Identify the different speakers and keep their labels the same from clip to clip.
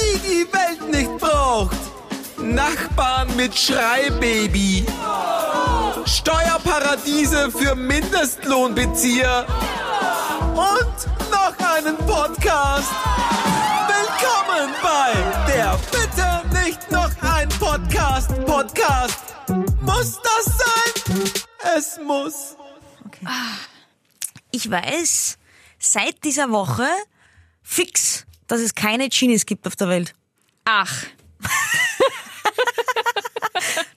Speaker 1: die die Welt nicht braucht. Nachbarn mit Schreibaby. Steuerparadiese für Mindestlohnbezieher. Und noch einen Podcast. Willkommen bei der Bitte nicht noch ein Podcast. Podcast. Muss das sein? Es muss.
Speaker 2: Ich weiß seit dieser Woche fix, dass es keine Genies gibt auf der Welt.
Speaker 3: Ach,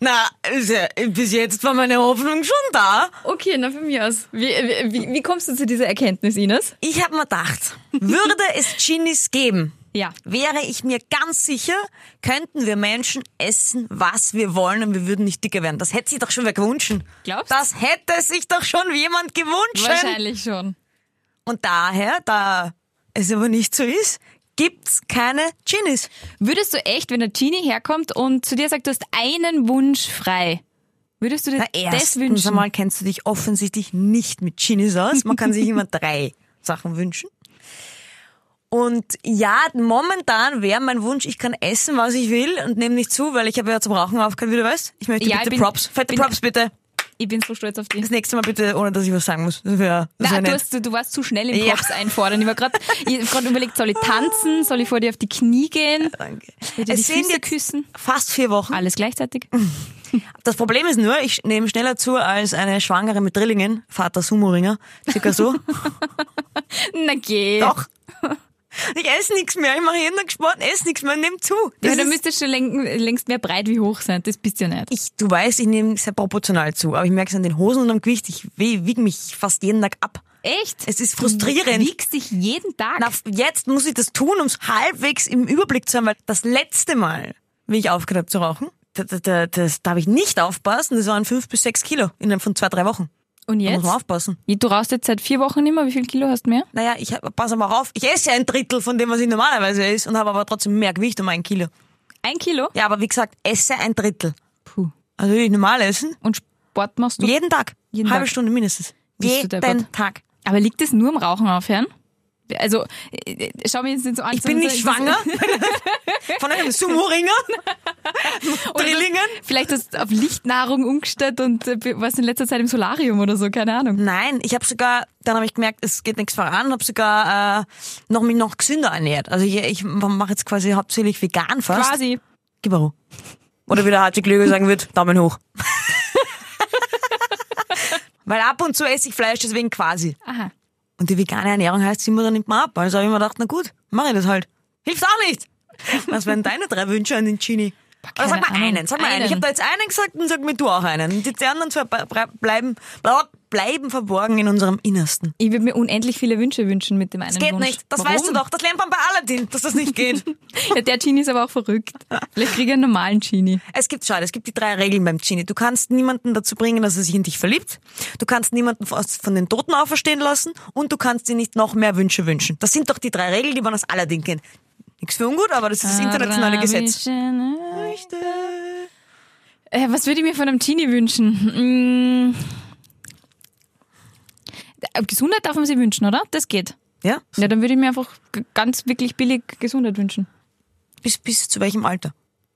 Speaker 2: Na, ist ja- bis jetzt war meine Hoffnung schon da.
Speaker 3: okay, na von mir aus. Wie, wie, wie kommst du zu dieser Erkenntnis, Ines?
Speaker 2: Ich habe mir gedacht, würde es Genies geben,
Speaker 3: Ja.
Speaker 2: wäre ich mir ganz sicher, könnten wir Menschen essen, was wir wollen und wir würden nicht dicker werden. Das hätte sich doch schon wer gewünscht.
Speaker 3: Glaubst du?
Speaker 2: Das hätte sich doch schon jemand gewünscht.
Speaker 3: Wahrscheinlich schon.
Speaker 2: Und daher, da es aber nicht so ist, gibt's keine Genies.
Speaker 3: Würdest du echt, wenn der Genie herkommt und zu dir sagt, du hast einen Wunsch frei, würdest du dir
Speaker 2: Na,
Speaker 3: das
Speaker 2: erstens
Speaker 3: wünschen?
Speaker 2: einmal kennst du dich offensichtlich nicht mit Genies aus. Man kann sich immer drei Sachen wünschen. Und ja, momentan wäre mein Wunsch, ich kann essen, was ich will und nehme nicht zu, weil ich habe ja zum Rauchen aufgehört, wie du weißt. Ich möchte
Speaker 3: Ja,
Speaker 2: bitte
Speaker 3: ich bin-
Speaker 2: Props. Fette
Speaker 3: bin-
Speaker 2: Props bitte.
Speaker 3: Ich bin so stolz auf dich.
Speaker 2: Das nächste Mal bitte, ohne dass ich was sagen muss. Das wäre wär
Speaker 3: Nein, du,
Speaker 2: nett.
Speaker 3: hast, du warst zu schnell im
Speaker 2: Ja.
Speaker 3: Props einfordern. Ich war gerade gerade überlegt, soll ich tanzen, soll ich vor dir auf die Knie gehen,
Speaker 2: Danke.
Speaker 3: soll ich dir die
Speaker 2: Es sind
Speaker 3: Füße
Speaker 2: jetzt
Speaker 3: küssen?
Speaker 2: fast vier Wochen.
Speaker 3: Alles gleichzeitig?
Speaker 2: Das Problem ist nur, ich nehme schneller zu als eine Schwangere mit Drillingen, Vater Sumo-Ringer, circa so.
Speaker 3: Na geh.
Speaker 2: Doch. Ich esse nichts mehr, ich mache jeden Tag Sport, esse nichts mehr, nehme zu. Das
Speaker 3: Ja, du
Speaker 2: ist-
Speaker 3: müsstest schon lenken, längst mehr breit wie hoch sein. Das bist du ja nicht.
Speaker 2: ich, du weißt, ich nehme sehr proportional zu, aber ich merke es an den Hosen und am Gewicht, ich we- wiege mich fast jeden Tag ab.
Speaker 3: Echt?
Speaker 2: Es ist frustrierend.
Speaker 3: Du wiegst dich jeden Tag.
Speaker 2: Na, f- jetzt muss ich das tun, um es halbwegs im Überblick zu haben, weil das letzte Mal, wie ich aufgehört habe zu rauchen, da, da, da, das, da habe ich nicht aufpassen, das waren fünf bis sechs Kilo innerhalb von zwei, drei Wochen.
Speaker 3: und
Speaker 2: Da muss
Speaker 3: jetzt?
Speaker 2: man aufpassen.
Speaker 3: Du rauchst jetzt seit vier Wochen nicht mehr. Wie viel Kilo hast du mehr?
Speaker 2: Naja, ich hab- pass aber auf, ich esse ja ein Drittel von dem, was ich normalerweise esse und habe aber trotzdem mehr Gewicht um ein Kilo.
Speaker 3: Ein Kilo?
Speaker 2: Ja, aber wie gesagt, esse ein Drittel.
Speaker 3: Puh.
Speaker 2: Also will ich normal essen,
Speaker 3: Und Sport machst du?
Speaker 2: jeden Tag,
Speaker 3: Jeden
Speaker 2: halbe
Speaker 3: Tag.
Speaker 2: Stunde mindestens.
Speaker 3: Bist du
Speaker 2: jeden
Speaker 3: deppert.
Speaker 2: Tag.
Speaker 3: Aber liegt das nur am Rauchen auf, Herrn? Also, äh, äh, schau mir jetzt nicht so an.
Speaker 2: Ich bin nicht
Speaker 3: sondern-
Speaker 2: schwanger. Von einem Sumo-Ringer.
Speaker 3: Oder du-
Speaker 2: Drillingen.
Speaker 3: Vielleicht hast du auf Lichtnahrung umgestellt und äh, be- warst in letzter Zeit im Solarium oder so, keine Ahnung.
Speaker 2: Nein, ich habe sogar, dann habe ich gemerkt, es geht nichts voran, habe sogar äh, noch mich noch gesünder ernährt. Also ich, ich mache jetzt quasi hauptsächlich vegan fast.
Speaker 3: Quasi.
Speaker 2: Gib mal hoch. Oder wie der Hartwig Löger sagen wird, Daumen hoch. Weil ab und zu esse ich Fleisch, deswegen quasi.
Speaker 3: Aha.
Speaker 2: Und die vegane Ernährung heißt immer, dann nimmt man ab. Also habe ich mir gedacht, na gut, mache ich das halt. Hilft auch nicht. Was wären deine drei Wünsche an den Genie? Oder sag
Speaker 3: keine
Speaker 2: mal
Speaker 3: Ahnung.
Speaker 2: einen, sag mal einen.
Speaker 3: Einen.
Speaker 2: Ich habe da jetzt einen gesagt und sag mir du auch einen. Und die anderen zwei ble- ble- bleiben, bla- bleiben verborgen in unserem Innersten.
Speaker 3: Ich würde mir unendlich viele Wünsche wünschen mit dem einen
Speaker 2: Das geht
Speaker 3: Wunsch.
Speaker 2: nicht. Das
Speaker 3: Warum?
Speaker 2: weißt du doch. Das lernt man bei Aladdin, dass das nicht geht.
Speaker 3: Ja, der Genie ist aber auch verrückt. Vielleicht kriege ich einen normalen Genie.
Speaker 2: Es gibt, schade, es gibt die drei Regeln beim Genie. Du kannst niemanden dazu bringen, dass er sich in dich verliebt. Du kannst niemanden aus- von den Toten auferstehen lassen. Und du kannst dir nicht noch mehr Wünsche wünschen. Das sind doch die drei Regeln, die man aus Aladdin kennt. Nichts für ungut, aber das ist das
Speaker 3: Ah,
Speaker 2: internationale Gesetz.
Speaker 3: Äh, was würde ich mir von einem Genie wünschen? Mm. Äh, Gesundheit darf man sich wünschen, oder? Das geht.
Speaker 2: Ja?
Speaker 3: Ja, dann würde ich mir einfach g- ganz wirklich billig Gesundheit wünschen.
Speaker 2: Bis, bis zu welchem Alter?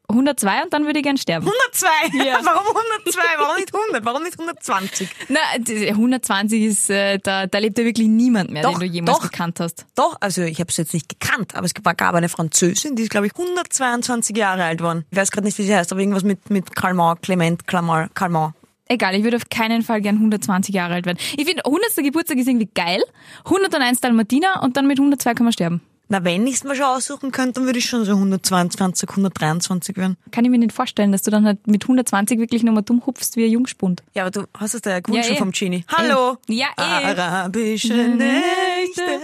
Speaker 3: 102 und dann würde ich gern
Speaker 2: Hm.
Speaker 3: sterben.
Speaker 2: 102!
Speaker 3: Ja.
Speaker 2: Warum 102? Warum nicht 100? Warum nicht 120?
Speaker 3: Na, diese 120 ist, äh, da, da lebt ja wirklich niemand mehr,
Speaker 2: Doch,
Speaker 3: den du jemals
Speaker 2: doch.
Speaker 3: gekannt hast.
Speaker 2: Doch, also ich habe es jetzt nicht gekannt, aber es gab gab eine Französin, die ist, glaube ich, 122 Jahre alt geworden. Ich weiß gerade nicht, wie sie heißt, aber irgendwas mit, mit Calmant, Clement, Calmant, Calmant.
Speaker 3: Egal, ich würde auf keinen Fall gern 120 Jahre alt werden. Ich finde, 100. Geburtstag ist irgendwie geil. 101 Dalmatiner und dann mit 102 kann man sterben.
Speaker 2: Na, wenn ich es mir schon aussuchen könnte, dann würde ich schon so 122, 123 werden.
Speaker 3: Kann ich mir nicht vorstellen, dass du dann halt mit 120 wirklich nochmal dumm hupfst wie ein Jungspund.
Speaker 2: Ja, aber du hast es da ja gewünscht
Speaker 3: Ja, eh.
Speaker 2: vom Genie. Hallo!
Speaker 3: Eh. Ja, eh.
Speaker 2: Arabische Nächte.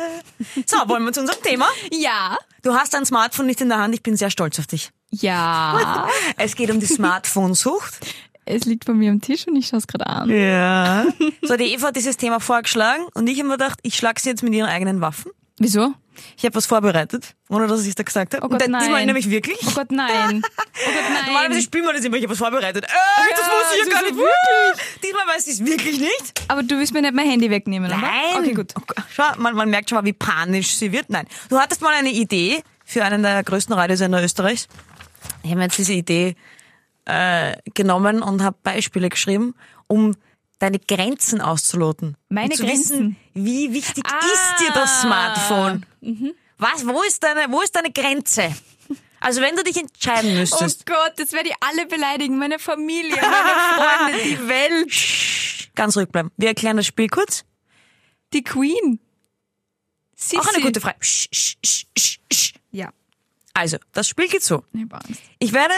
Speaker 2: So, wollen wir zu unserem Thema?
Speaker 3: Ja.
Speaker 2: Du hast dein Smartphone nicht in der Hand, ich bin sehr stolz auf dich.
Speaker 3: Ja.
Speaker 2: Es geht um die Smartphone-Sucht.
Speaker 3: es liegt bei mir am Tisch und ich schaue es gerade an.
Speaker 2: Ja. So, die Eva hat dieses Thema vorgeschlagen und ich habe mir gedacht, ich schlage sie jetzt mit ihren eigenen Waffen.
Speaker 3: Wieso?
Speaker 2: Ich habe was vorbereitet, ohne dass ich es da gesagt habe.
Speaker 3: Oh Gott,
Speaker 2: und dann, diesmal
Speaker 3: nein.
Speaker 2: nämlich wirklich.
Speaker 3: Oh Gott, nein. Oh Gott, nein.
Speaker 2: Normalerweise spielen wir das immer, ich habe was vorbereitet. Äh, das
Speaker 3: Ja,
Speaker 2: wusste ich ja
Speaker 3: das
Speaker 2: gar
Speaker 3: ist
Speaker 2: nicht.
Speaker 3: ja
Speaker 2: Diesmal weiß ich es wirklich nicht.
Speaker 3: Aber du willst mir nicht mein Handy wegnehmen, oder?
Speaker 2: Oh Okay, gut. Schau, man, man merkt schon mal, wie panisch sie wird. Nein. Du hattest mal eine Idee für einen der größten Radiosender Österreichs. Ich habe mir jetzt diese Idee äh, genommen und habe Beispiele geschrieben, um deine Grenzen auszuloten.
Speaker 3: Meine
Speaker 2: um zu
Speaker 3: Grenzen?
Speaker 2: Wissen, wie wichtig
Speaker 3: Ah. Mhm.
Speaker 2: ist dir das Smartphone? Was, wo ist deine, wo ist deine Grenze? Also wenn du dich entscheiden
Speaker 3: Oh
Speaker 2: müsstest.
Speaker 3: Gott, das werde ich alle beleidigen. Meine Familie, meine Freunde, Um die Welt.
Speaker 2: Ganz ruhig bleiben. Wir erklären das Spiel kurz.
Speaker 3: Die Queen. Sissi.
Speaker 2: Auch eine gute Frage. Sch, sch, sch, sch, sch.
Speaker 3: Ja,
Speaker 2: Also, das Spiel geht so.
Speaker 3: ich hab Angst.
Speaker 2: Ich werde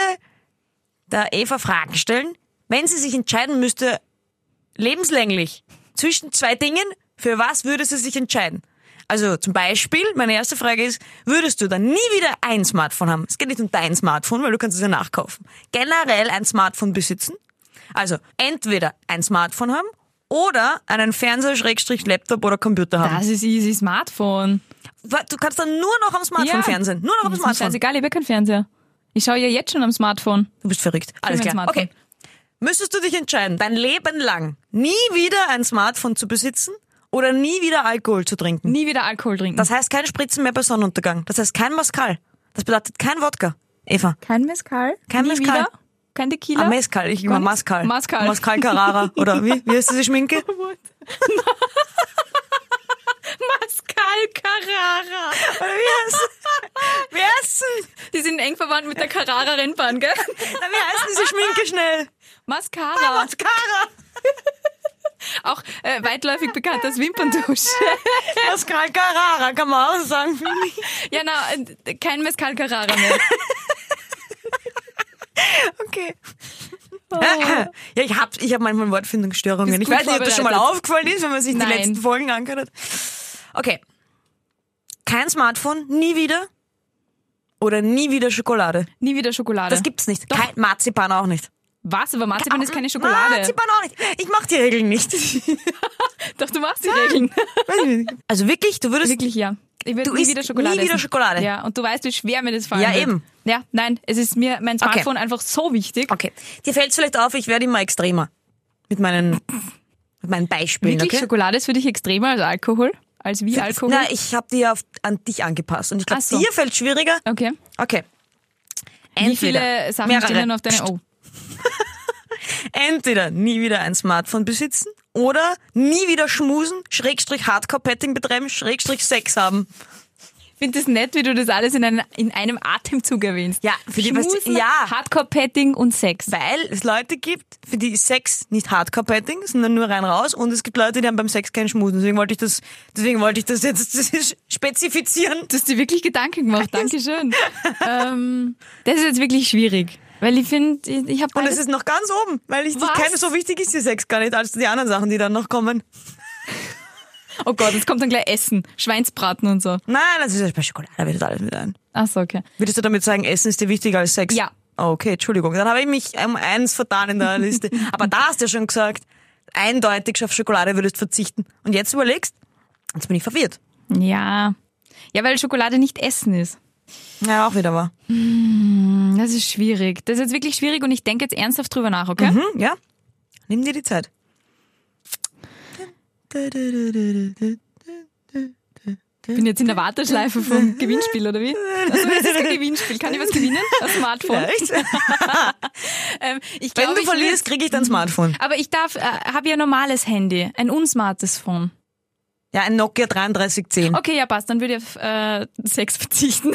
Speaker 2: der Eva Fragen stellen. Wenn sie sich entscheiden müsste, lebenslänglich, zwischen zwei Dingen, für was würde sie sich entscheiden? Also zum Beispiel, meine erste Frage ist, würdest du dann nie wieder ein Smartphone haben? Es geht nicht um dein Smartphone, weil du kannst es ja nachkaufen. Generell ein Smartphone besitzen. Also entweder ein Smartphone haben oder einen Fernseher, Schrägstrich, Laptop oder Computer haben.
Speaker 3: Das ist easy Smartphone.
Speaker 2: Weil Du kannst dann nur noch am Smartphone fernsehen. Nur noch am
Speaker 3: Das ist mir
Speaker 2: Smartphone.
Speaker 3: Scheißegal, ich habe ja keinen Fernseher. Ich schaue ja jetzt schon am Smartphone.
Speaker 2: Du bist verrückt. Alles
Speaker 3: mein
Speaker 2: klar.
Speaker 3: Smartphone.
Speaker 2: Okay. Müsstest du dich entscheiden, dein Leben lang nie wieder ein Smartphone zu besitzen oder nie wieder Alkohol zu trinken?
Speaker 3: Nie wieder Alkohol trinken.
Speaker 2: Das heißt kein Spritzen mehr bei Sonnenuntergang. Das heißt kein Mascal. Das bedeutet kein Wodka. Eva.
Speaker 3: kein Mescal.
Speaker 2: Kein
Speaker 3: Nie
Speaker 2: Mezcal.
Speaker 3: Wieder. Kein Tequila.
Speaker 2: Ah, Mescal. Ich immer
Speaker 3: Gar nichts.
Speaker 2: Mascal.
Speaker 3: Mascal.
Speaker 2: Mascal Carrara. Oder wie? Wie heißt diese Schminke?
Speaker 3: Pascal Carrara.
Speaker 2: Oder wie heißt Wie heißt
Speaker 3: Die sind eng verwandt mit der Carrara-Rennbahn, gell?
Speaker 2: Na, wie heißt diese Schminke schnell?
Speaker 3: Mascara.
Speaker 2: Mascara.
Speaker 3: Auch äh, weitläufig bekannt als Wimperntusche.
Speaker 2: Mascal Carrara. Kann man auch sagen.
Speaker 3: Ja, na, äh, kein Mescal Carrara mehr.
Speaker 2: Okay. Ja, ich habe ich hab manchmal Wortfindungsstörungen.
Speaker 3: Bist
Speaker 2: Ich
Speaker 3: gut
Speaker 2: weiß nicht, ob das schon mal
Speaker 3: vorbereitet.
Speaker 2: aufgefallen ist, wenn man sich
Speaker 3: Nein.
Speaker 2: die letzten Folgen angehört hat. Okay. Kein Smartphone, nie wieder. Oder nie wieder Schokolade.
Speaker 3: Nie wieder Schokolade.
Speaker 2: Das gibt's nicht. Kein Marzipan auch nicht.
Speaker 3: Was? Aber Marzipan ist keine Schokolade.
Speaker 2: Marzipan auch nicht. Ich mach die Regeln nicht.
Speaker 3: Doch, du machst die Regeln.
Speaker 2: Also wirklich, du würdest.
Speaker 3: Wirklich, ja. Ich will
Speaker 2: Du
Speaker 3: nie
Speaker 2: isst
Speaker 3: wieder Schokolade.
Speaker 2: nie wieder
Speaker 3: essen.
Speaker 2: Schokolade.
Speaker 3: Ja, und du weißt, wie schwer mir das fallen
Speaker 2: Ja,
Speaker 3: wird.
Speaker 2: eben.
Speaker 3: Ja, nein, es ist mir mein Smartphone einfach so wichtig.
Speaker 2: Okay. Dir fällt's vielleicht auf, ich werde immer extremer. Mit meinen, mit meinen Beispielen,
Speaker 3: Wirklich,
Speaker 2: okay?
Speaker 3: Schokolade ist für dich extremer als Alkohol? Als wie Alkohol?
Speaker 2: Na, ich habe die ja auf, an dich angepasst. Und ich glaube,
Speaker 3: Ach so.
Speaker 2: dir fällt schwieriger.
Speaker 3: okay.
Speaker 2: Okay.
Speaker 3: Wie viele Sachen stehen denn auf deiner... Oh,
Speaker 2: Entweder nie wieder ein Smartphone besitzen oder nie wieder schmusen, Schrägstrich Hardcore-Petting betreiben, Schrägstrich Sex haben.
Speaker 3: ich finde das nett, wie du das alles in, einem in einem Atemzug erwähnst.
Speaker 2: Ja, für die-
Speaker 3: Schmusen,
Speaker 2: weißt du- ja.
Speaker 3: Hardcore-Petting und Sex.
Speaker 2: Weil es Leute gibt, für die ist Sex nicht Hardcore-Petting, sondern nur rein raus. Und es gibt Leute, die haben beim Sex keinen Schmusen. Deswegen wollte ich das, deswegen wollte ich das jetzt spezifizieren.
Speaker 3: Du hast dir wirklich Gedanken gemacht, Dankeschön. ähm, das ist jetzt wirklich schwierig, weil ich finde, ich, ich habe
Speaker 2: Und es ist noch ganz oben, weil ich die
Speaker 3: Was?
Speaker 2: kenne, so wichtig ist dir Sex gar nicht, als die anderen Sachen, die dann noch kommen.
Speaker 3: Oh Gott, jetzt kommt dann gleich Essen, Schweinsbraten und so.
Speaker 2: Nein, das ist ja bei Schokolade, da wird alles mit ein.
Speaker 3: Ach so, okay.
Speaker 2: Würdest du damit sagen, Essen ist dir wichtiger als Sex? Ah,
Speaker 3: Ja.
Speaker 2: Okay, Entschuldigung. Dann habe ich mich um eins vertan in der Liste. Aber da hast du ja schon gesagt, eindeutig auf Schokolade würdest verzichten. Und jetzt überlegst, jetzt bin ich verwirrt.
Speaker 3: Ja. Ja, weil Schokolade nicht Essen ist.
Speaker 2: Ja, auch wieder wahr.
Speaker 3: Das ist schwierig. Das ist jetzt wirklich schwierig und ich denke jetzt ernsthaft drüber nach, okay?
Speaker 2: Hm, ja? Nimm dir die Zeit.
Speaker 3: Ich bin jetzt in der Warteschleife vom Gewinnspiel, oder wie? Also, das ist kein Gewinnspiel. Kann ich was gewinnen? Ein Smartphone?
Speaker 2: Echt?
Speaker 3: Ähm, ich
Speaker 2: Wenn
Speaker 3: glaub,
Speaker 2: du
Speaker 3: ich
Speaker 2: verlierst, kriege ich dein Smartphone.
Speaker 3: will- Aber ich darf, äh, habe ja ein normales Handy, ein unsmartes Phone.
Speaker 2: Ja, ein Nokia 3310.
Speaker 3: Okay, ja, passt. Dann würde ich auf äh, Sex verzichten.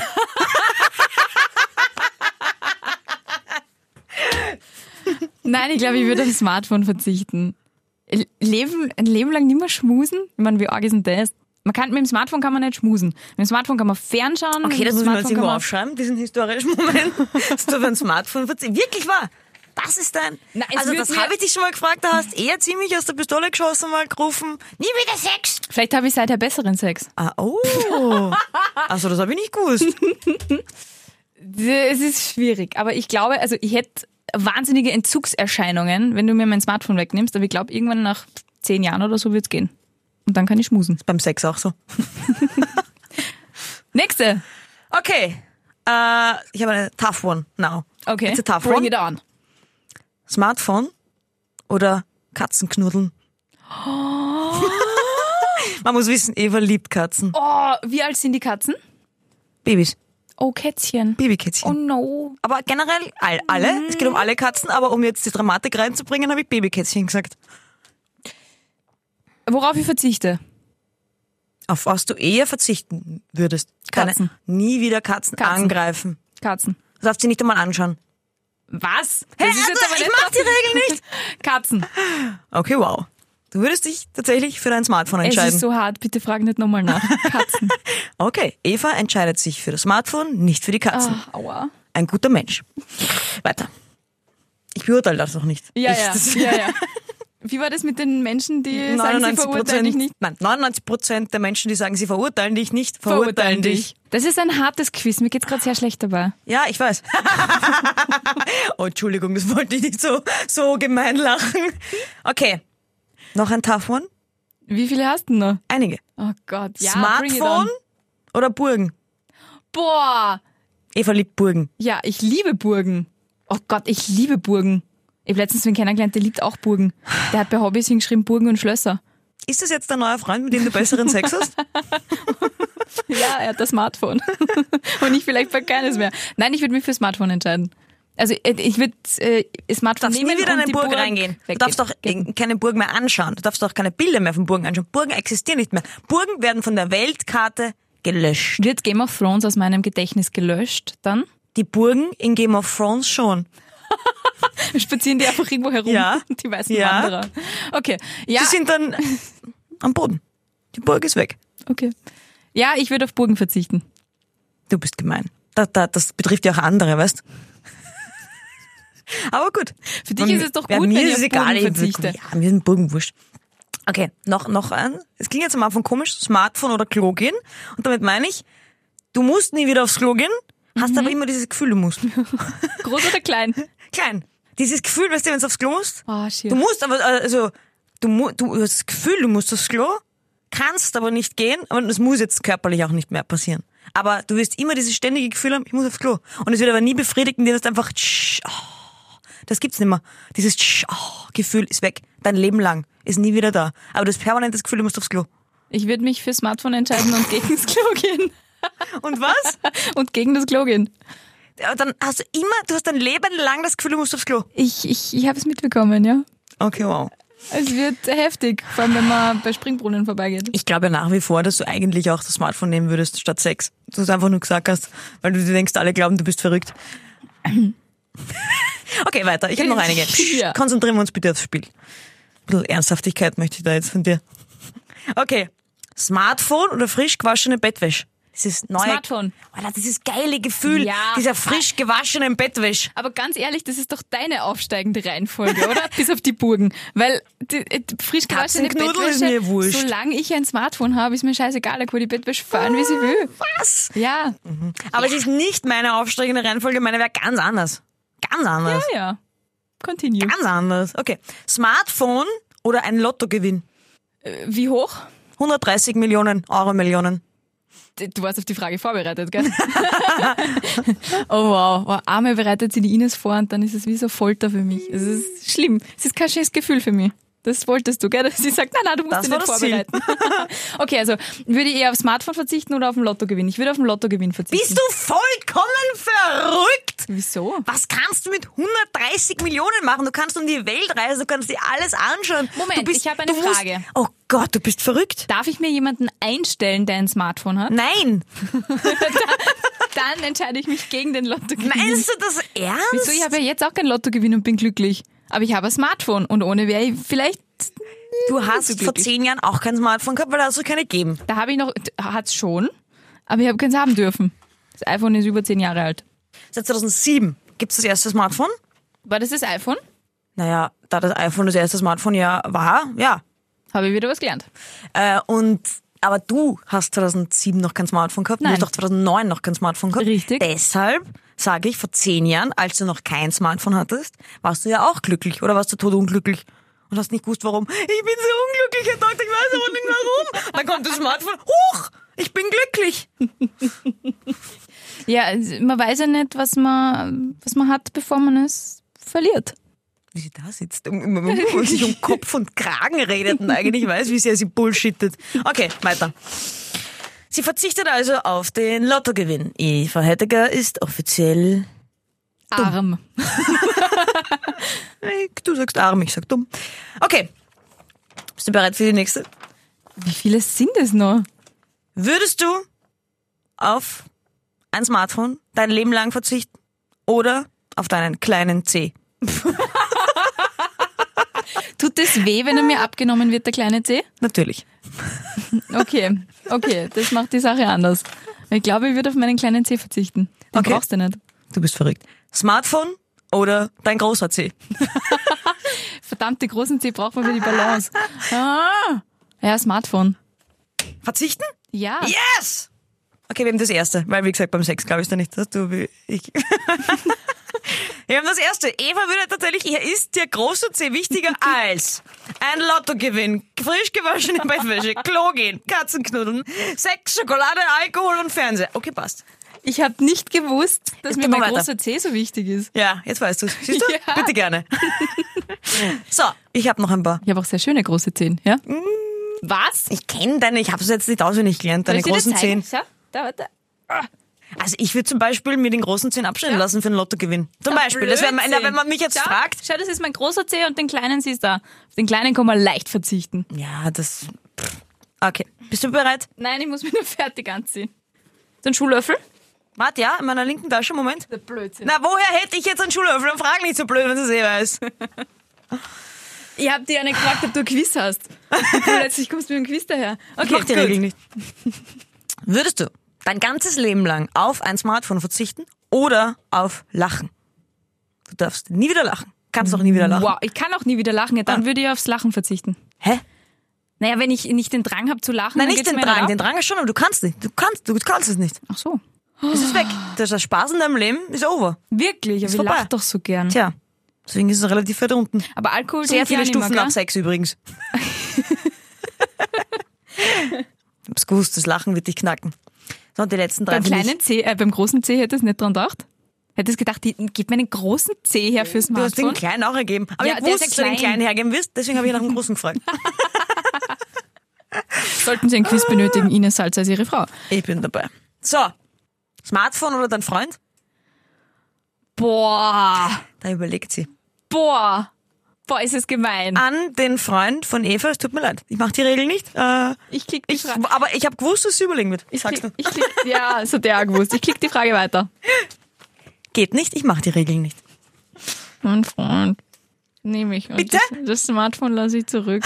Speaker 3: Nein, ich glaube, ich würde auf Smartphone verzichten. L- Leben, ein Leben lang nicht mehr schmusen? Ich meine, wie arg ist denn das? Man kann, mit dem Smartphone kann man nicht schmusen. Mit dem Smartphone kann man fernschauen. mit
Speaker 2: Okay,
Speaker 3: dem
Speaker 2: das müssen wir
Speaker 3: Smartphone
Speaker 2: jetzt
Speaker 3: kann
Speaker 2: irgendwo
Speaker 3: man-
Speaker 2: aufschreiben, diesen historischen Moment, dass du auf ein Smartphone verzichtest. Wirklich wahr. Das ist dein.
Speaker 3: Na, es
Speaker 2: also,
Speaker 3: wird
Speaker 2: das
Speaker 3: mir-
Speaker 2: habe ich dich schon mal gefragt, da hast eher ziemlich aus der Pistole geschossen, mal gerufen. Nie wieder Sex!
Speaker 3: Vielleicht habe ich seither besseren Sex.
Speaker 2: Ah, oh. Also, das habe ich nicht gewusst.
Speaker 3: Es ist schwierig, aber ich glaube, also ich hätte wahnsinnige Entzugserscheinungen, wenn du mir mein Smartphone wegnimmst, aber ich glaube, irgendwann nach zehn Jahren oder so wird's gehen. Und dann kann ich schmusen.
Speaker 2: Beim Sex auch so.
Speaker 3: Nächste.
Speaker 2: Okay. Äh, ich habe eine tough one now.
Speaker 3: Okay.
Speaker 2: It's a tough
Speaker 3: Bring
Speaker 2: one.
Speaker 3: it on.
Speaker 2: Smartphone oder Katzenknuddeln? Man muss wissen, Eva liebt Katzen.
Speaker 3: Oh, wie alt sind die Katzen?
Speaker 2: Babys.
Speaker 3: Oh, Kätzchen.
Speaker 2: Babykätzchen.
Speaker 3: Oh no.
Speaker 2: aber generell all, alle, es geht um alle Katzen, aber um jetzt die Dramatik reinzubringen, habe ich Babykätzchen gesagt.
Speaker 3: Worauf ich verzichte?
Speaker 2: Auf was du eher verzichten würdest.
Speaker 3: Katzen.
Speaker 2: Nie wieder Katzen,
Speaker 3: Katzen.
Speaker 2: angreifen.
Speaker 3: Katzen.
Speaker 2: Du darfst sie nicht einmal anschauen.
Speaker 3: Was?
Speaker 2: Hey,
Speaker 3: Das ist
Speaker 2: also,
Speaker 3: jetzt aber
Speaker 2: ich
Speaker 3: nicht
Speaker 2: mach die
Speaker 3: drauf-
Speaker 2: Regel nicht.
Speaker 3: Katzen.
Speaker 2: Okay, wow. Du würdest dich tatsächlich für dein Smartphone
Speaker 3: Es
Speaker 2: entscheiden.
Speaker 3: ist so hart, bitte frag nicht nochmal nach. Katzen.
Speaker 2: okay, Eva entscheidet sich für das Smartphone, nicht für die Katzen.
Speaker 3: Ah, aua.
Speaker 2: Ein guter Mensch. Weiter. Ich beurteile das noch nicht.
Speaker 3: Ja,
Speaker 2: ich,
Speaker 3: ja.
Speaker 2: das-
Speaker 3: ja, ja. Wie war das mit den Menschen, die sagen, sie
Speaker 2: 99
Speaker 3: verurteilen dich nicht?
Speaker 2: Nein, 99 Prozent der Menschen, die sagen, sie verurteilen dich nicht, verurteilen, dich.
Speaker 3: Das ist ein hartes Quiz. Mir geht's gerade sehr schlecht dabei.
Speaker 2: Ja, ich weiß. oh, Entschuldigung, das wollte ich nicht so, so gemein lachen. Okay. Noch ein Tough One?
Speaker 3: Wie viele hast du noch?
Speaker 2: Einige.
Speaker 3: Oh Gott, ja. bring it on.
Speaker 2: Smartphone oder Burgen?
Speaker 3: Boah.
Speaker 2: Eva liebt Burgen.
Speaker 3: Ja, ich liebe Burgen. Oh Gott, ich liebe Burgen. Ich habe letztens wen kennengelernt, der liebt auch Burgen. Der hat bei Hobbys hingeschrieben Burgen und Schlösser.
Speaker 2: Ist das jetzt dein neuer Freund, mit dem du besseren Sex hast?
Speaker 3: Ja, er hat das Smartphone. Und ich vielleicht bei keines mehr. Nein, ich würde mich für Smartphone entscheiden. Also äh, ich würde äh,
Speaker 2: Du
Speaker 3: Smartphone
Speaker 2: darfst
Speaker 3: nehmen
Speaker 2: nie wieder
Speaker 3: und
Speaker 2: in eine
Speaker 3: die
Speaker 2: Burg,
Speaker 3: Burg
Speaker 2: reingehen. Du
Speaker 3: weggeben.
Speaker 2: darfst doch keine Burg mehr anschauen. Du darfst doch keine Bilder mehr von Burgen anschauen. Burgen existieren nicht mehr. Burgen werden von der Weltkarte gelöscht.
Speaker 3: Wird Game of Thrones aus meinem Gedächtnis gelöscht, dann
Speaker 2: Die Burgen in Game of Thrones schon.
Speaker 3: spazieren die einfach irgendwo herum,
Speaker 2: Ja.
Speaker 3: die weißen
Speaker 2: Ja.
Speaker 3: Wanderer. Okay, ja,
Speaker 2: Die sind dann am Boden. Die Burg ist weg.
Speaker 3: okay. Ja, ich würde auf Burgen verzichten.
Speaker 2: Du bist gemein. Da, da, das betrifft ja auch andere, weißt Aber gut.
Speaker 3: Für dich ist es doch gut,
Speaker 2: mir
Speaker 3: wenn ich
Speaker 2: ist es
Speaker 3: auf
Speaker 2: egal,
Speaker 3: Burgen
Speaker 2: ich
Speaker 3: verzichte.
Speaker 2: Ja, mir sind Burgen wurscht. Okay, noch, noch ein. Es klingt jetzt am Anfang komisch, Smartphone oder Klo gehen. Und damit meine ich, du musst nie wieder aufs Klo gehen,
Speaker 3: Mhm.
Speaker 2: hast aber immer dieses Gefühl, du musst.
Speaker 3: Groß oder klein?
Speaker 2: Klein. Dieses Gefühl, weißt du, wenn du aufs Klo musst,
Speaker 3: Oh, shit.
Speaker 2: du musst aber, also, du, mu- du hast das Gefühl, du musst aufs Klo, kannst aber nicht gehen, aber das muss jetzt körperlich auch nicht mehr passieren. Aber du wirst immer dieses ständige Gefühl haben, ich muss aufs Klo. Und es wird aber nie befriedigen, dir das einfach, tsch, oh, das gibt's nicht mehr. Dieses tsch, oh, Gefühl ist weg. Dein Leben lang. Ist nie wieder da. Aber das permanente Gefühl, du musst aufs Klo.
Speaker 3: Ich würde mich für Smartphone entscheiden und gegen das Klo gehen.
Speaker 2: Und was?
Speaker 3: Und gegen das Klo gehen.
Speaker 2: Aber dann hast du immer, du hast dein Leben lang das Gefühl, du musst aufs Klo.
Speaker 3: Ich, ich, ich habe es mitbekommen, ja.
Speaker 2: Okay, wow.
Speaker 3: Es wird heftig, vor allem wenn man bei Springbrunnen vorbeigeht.
Speaker 2: Ich glaube ja nach wie vor, dass du eigentlich auch das Smartphone nehmen würdest statt Sex. Du es einfach nur gesagt hast, weil du dir denkst, alle glauben, du bist verrückt. Okay, weiter. Ich habe noch einige. Psch,
Speaker 3: Ja.
Speaker 2: Konzentrieren wir uns bitte aufs Spiel. Ein bisschen Ernsthaftigkeit möchte ich da jetzt von dir. Okay. Smartphone oder frisch gewaschene Bettwäsche? Dieses neue.
Speaker 3: Smartphone.
Speaker 2: Alter, dieses geile Gefühl
Speaker 3: Ja.
Speaker 2: dieser frisch gewaschenen Bettwäsche.
Speaker 3: Aber ganz ehrlich, das ist doch deine aufsteigende Reihenfolge, oder? Bis auf die Burgen. Weil die, äh, die frisch gewaschene
Speaker 2: Katzenknudel ist
Speaker 3: Bettwäsche,
Speaker 2: mir wurscht.
Speaker 3: solange ich ein Smartphone habe, ist mir scheißegal, da kann die Bettwäsche fahren, wie sie will.
Speaker 2: Was?
Speaker 3: Ja,
Speaker 2: Aber es ist nicht meine aufsteigende Reihenfolge, meine wäre ganz anders. Ganz anders.
Speaker 3: ja, Ah ja. Continue.
Speaker 2: Ganz anders. Okay. Smartphone oder ein Lottogewinn?
Speaker 3: Äh, Wie hoch?
Speaker 2: 130 Millionen Euro Millionen.
Speaker 3: Du warst auf die Frage vorbereitet, gell? oh wow. wow. Arme bereitet sie die Ines vor und dann ist es wie so Folter für mich. Es ist schlimm. Es ist kein schönes Gefühl für mich. Das wolltest du, gell? Dass sie sagt, nein, nein, du musst
Speaker 2: Das
Speaker 3: dich
Speaker 2: war
Speaker 3: nicht
Speaker 2: das Ziel.
Speaker 3: vorbereiten. okay, also würde ich eher aufs Smartphone verzichten oder auf den Lottogewinn? Ich würde auf den Lottogewinn verzichten.
Speaker 2: Bist du vollkommen verrückt?
Speaker 3: Wieso?
Speaker 2: Was kannst du mit 130 Millionen machen? Du kannst um die Welt reisen, du kannst dir alles anschauen.
Speaker 3: Moment,
Speaker 2: du bist,
Speaker 3: ich habe eine
Speaker 2: du musst-
Speaker 3: Frage.
Speaker 2: oh Gott, du bist verrückt.
Speaker 3: Darf ich mir jemanden einstellen, der ein Smartphone hat?
Speaker 2: Nein,
Speaker 3: Dann entscheide ich mich gegen den Lottogewinn.
Speaker 2: meinst du das ernst?
Speaker 3: Wieso? Ich habe ja jetzt auch keinen Lottogewinn und bin glücklich. Aber ich habe ein Smartphone und ohne wäre ich vielleicht
Speaker 2: du hast
Speaker 3: so
Speaker 2: vor
Speaker 3: glücklich.
Speaker 2: zehn Jahren auch kein Smartphone gehabt, weil da hast du keine gegeben.
Speaker 3: Da habe ich noch, hat's schon, aber ich habe keins haben dürfen. Das iPhone ist über zehn Jahre alt.
Speaker 2: Seit 2007 gibt's das erste Smartphone.
Speaker 3: War das das iPhone?
Speaker 2: Naja, da das iPhone das erste Smartphone ja war, ja,
Speaker 3: Habe ich wieder was gelernt.
Speaker 2: Äh, und aber du hast 2007 noch kein Smartphone gehabt,
Speaker 3: Nein.
Speaker 2: du hast auch 2009 noch kein Smartphone gehabt.
Speaker 3: Richtig.
Speaker 2: Deshalb sage ich, vor zehn Jahren, als du noch kein Smartphone hattest, warst du ja auch glücklich oder warst du todunglücklich und hast nicht gewusst, warum. Ich bin so unglücklich, Herr Doktor, ich weiß aber nicht warum. Dann kommt das Smartphone, huch, ich bin glücklich.
Speaker 3: Ja, also man weiß ja nicht, was man, was man hat, bevor man es verliert.
Speaker 2: Wie sie da sitzt und, und, und sich um Kopf und Kragen redet und eigentlich weiß, wie sehr sie bullshittet. Okay, weiter. Sie verzichtet also auf den Lottogewinn. Eva Heidegger ist offiziell,
Speaker 3: Arm.
Speaker 2: du sagst arm, ich sag dumm. Okay. Bist du bereit für die nächste?
Speaker 3: Wie viele sind es noch?
Speaker 2: Würdest du auf ein Smartphone dein Leben lang verzichten oder auf deinen kleinen C?
Speaker 3: Tut das weh, wenn er mir abgenommen wird, der kleine C?
Speaker 2: Natürlich.
Speaker 3: Okay, okay, das macht die Sache anders. Ich glaube, ich würde auf meinen kleinen C verzichten. Den
Speaker 2: Okay.
Speaker 3: brauchst du nicht.
Speaker 2: Du bist verrückt. Smartphone oder dein großer C?
Speaker 3: Verdammt, die großen C braucht man für die Balance. Ah, ja, Smartphone.
Speaker 2: Verzichten?
Speaker 3: Ja.
Speaker 2: Yes! Okay, wir haben das erste, weil wie gesagt, beim Sex glaube ich da nicht, dass du wie ich. wir haben das erste. Eva würde tatsächlich, ihr ist der große C wichtiger als ein Lottogewinn, frisch gewaschene Bettwäsche, Klo gehen, Katzenknuddeln, Sex, Schokolade, Alkohol und Fernseher. Okay, passt.
Speaker 3: Ich habe nicht gewusst, dass
Speaker 2: Jetzt
Speaker 3: mir
Speaker 2: gehen wir
Speaker 3: mein
Speaker 2: weiter.
Speaker 3: großer C so wichtig ist.
Speaker 2: Ja, jetzt weißt du Siehst du?
Speaker 3: Ja.
Speaker 2: Bitte gerne. so, ich habe noch ein paar.
Speaker 3: Ich habe auch sehr schöne große Zehen, ja? Was?
Speaker 2: Ich kenne deine, ich habe es jetzt nicht auswendig gelernt, deine großen Zehen.
Speaker 3: Schau, da, warte.
Speaker 2: Also ich würde zum Beispiel mir den großen Zehen abschneiden lassen für einen Lottogewinn. Zum Beispiel. Das wäre mein- na, wenn man mich jetzt
Speaker 3: schau,
Speaker 2: fragt.
Speaker 3: Schau, das ist mein großer Zeh und den kleinen siehst du. Auf den kleinen kann man leicht verzichten.
Speaker 2: Ja, das. pff. Okay. Bist du bereit?
Speaker 3: Nein, ich muss mich nur fertig anziehen. So ein Schuhlöffel?
Speaker 2: Warte, ja, in meiner linken Tasche, Moment.
Speaker 3: Der Blödsinn.
Speaker 2: Na, woher hätte ich jetzt einen Schulöffel? Dann frag nicht so blöd, wenn du es eh weißt.
Speaker 3: Ich hab dir eine gefragt, ob du ein Quiz hast. Und plötzlich kommst du mit dem Quiz daher. Okay,
Speaker 2: Mach die
Speaker 3: gut.
Speaker 2: Regeln nicht. Würdest du dein ganzes Leben lang auf ein Smartphone verzichten oder auf Lachen? Du darfst nie wieder lachen. Kannst auch nie wieder lachen.
Speaker 3: Wow, ich kann auch nie wieder lachen. Ja, dann würde ich aufs Lachen verzichten.
Speaker 2: Hä?
Speaker 3: Naja, wenn ich nicht den Drang habe zu lachen,
Speaker 2: Nein,
Speaker 3: dann
Speaker 2: nicht
Speaker 3: geht's
Speaker 2: den
Speaker 3: mir
Speaker 2: Drang.
Speaker 3: ab.
Speaker 2: Den Drang ist schon, aber du kannst nicht. Du kannst, du kannst es nicht.
Speaker 3: Ach so.
Speaker 2: Es ist weg. Das ist Spaß in deinem Leben ist over.
Speaker 3: Wirklich, aber ich
Speaker 2: vorbei.
Speaker 3: lach doch so gern.
Speaker 2: Tja. Deswegen ist es relativ weit unten.
Speaker 3: Aber Alkohol
Speaker 2: Sehr
Speaker 3: trinke ich
Speaker 2: viele
Speaker 3: auch nicht mehr,
Speaker 2: Stufen
Speaker 3: gell?
Speaker 2: nach Sex übrigens. ich hab's gewusst, das Lachen wird dich knacken. So, und die letzten drei
Speaker 3: Beim
Speaker 2: für mich.
Speaker 3: kleinen C, äh, beim großen C hätte es nicht dran gedacht. Hätte es gedacht, die, gib mir einen großen C her fürs
Speaker 2: Du Ah, hast den
Speaker 3: Smartphone.
Speaker 2: kleinen auch ergeben. Aber
Speaker 3: Ja,
Speaker 2: ich
Speaker 3: der ist
Speaker 2: wusste, dass
Speaker 3: ja
Speaker 2: du den
Speaker 3: klein.
Speaker 2: kleinen hergeben wirst, deswegen habe ich nach dem großen gefragt.
Speaker 3: Sollten Sie ein Quiz benötigen, Ines Salz als Ihre Frau.
Speaker 2: Ich bin dabei. So, Smartphone oder dein Freund?
Speaker 3: Boah,
Speaker 2: Da überlegt sie.
Speaker 3: boah, boah, ist es gemein.
Speaker 2: An den Freund von Eva, es tut mir leid. Ich mache die Regel nicht. Äh,
Speaker 3: ich klick die
Speaker 2: ich,
Speaker 3: Frage.
Speaker 2: aber ich habe gewusst, dass sie überlegen wird. Ich
Speaker 3: Ich
Speaker 2: sag's
Speaker 3: klick,
Speaker 2: nur.
Speaker 3: ich klick, ja, so der auch gewusst. Ich klick die Frage weiter.
Speaker 2: Geht nicht, ich mache die Regeln nicht.
Speaker 3: Mein Freund, nehme ich. Und
Speaker 2: Bitte?
Speaker 3: Das, das Smartphone lasse ich zurück.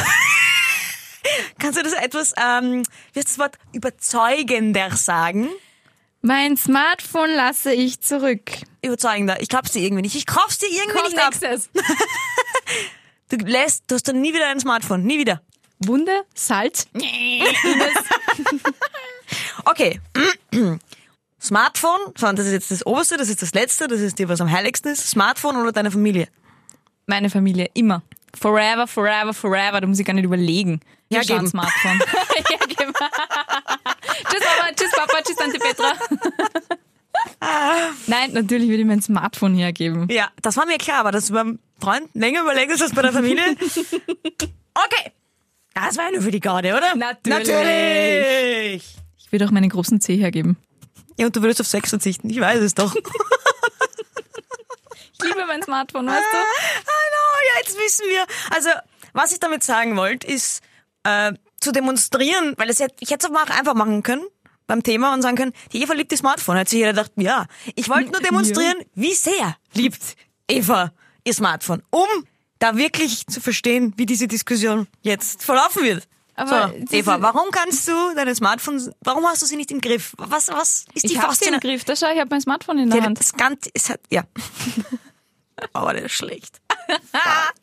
Speaker 2: Kannst du das etwas, ähm, wie heißt das Wort, überzeugender sagen?
Speaker 3: Mein Smartphone lasse ich zurück.
Speaker 2: überzeugender. Ich glaub's dir irgendwie nicht. Ich kauf's dir irgendwie
Speaker 3: Komm,
Speaker 2: nicht ab.
Speaker 3: nächstes.
Speaker 2: Du lässt, du hast dann nie wieder ein Smartphone. Nie wieder.
Speaker 3: Wunde, Salz.
Speaker 2: Okay. Smartphone, so, und das ist jetzt das oberste, das ist das letzte, das ist dir, was am heiligsten ist. Smartphone oder deine Familie?
Speaker 3: Meine Familie, immer. Forever, forever, forever. Da muss ich gar nicht überlegen. Wir
Speaker 2: Ja,
Speaker 3: schauen
Speaker 2: geben.
Speaker 3: Smartphone. ja, geben. tschüss Mama, tschüss Papa, tschüss Tante Petra. Nein, natürlich würde ich mein Smartphone hergeben.
Speaker 2: Ja, das war mir klar, aber dass du beim Freund länger überlegt hast als bei der Familie. okay. Das war ja nur für die Garde, oder?
Speaker 3: Natürlich.
Speaker 2: Natürlich.
Speaker 3: Ich würde auch meinen großen C hergeben.
Speaker 2: Ja, und du würdest auf Sex verzichten. Ich weiß es doch.
Speaker 3: Ich liebe mein Smartphone, weißt
Speaker 2: Ah,
Speaker 3: du?
Speaker 2: Hallo, ja, jetzt wissen wir. Also, was ich damit sagen wollte, ist äh, zu demonstrieren, weil es hätte, ich hätte es auch einfach machen können beim Thema und sagen können, die Eva liebt das Smartphone. Hat sich jeder gedacht, ja. Ich wollte nur demonstrieren, wie sehr liebt Eva ihr Smartphone, um da wirklich zu verstehen, wie diese Diskussion jetzt verlaufen wird.
Speaker 3: Aber
Speaker 2: so,
Speaker 3: diese-
Speaker 2: Eva, warum kannst du deine Smartphones, warum hast du sie nicht im Griff? Was, was ist die
Speaker 3: Ich hab's im
Speaker 2: Faszination?
Speaker 3: Griff. Da schau, ich habe mein Smartphone in der
Speaker 2: Ja,
Speaker 3: Hand.
Speaker 2: das Ganze ist halt, ja. Aber der ist schlecht. Fuck.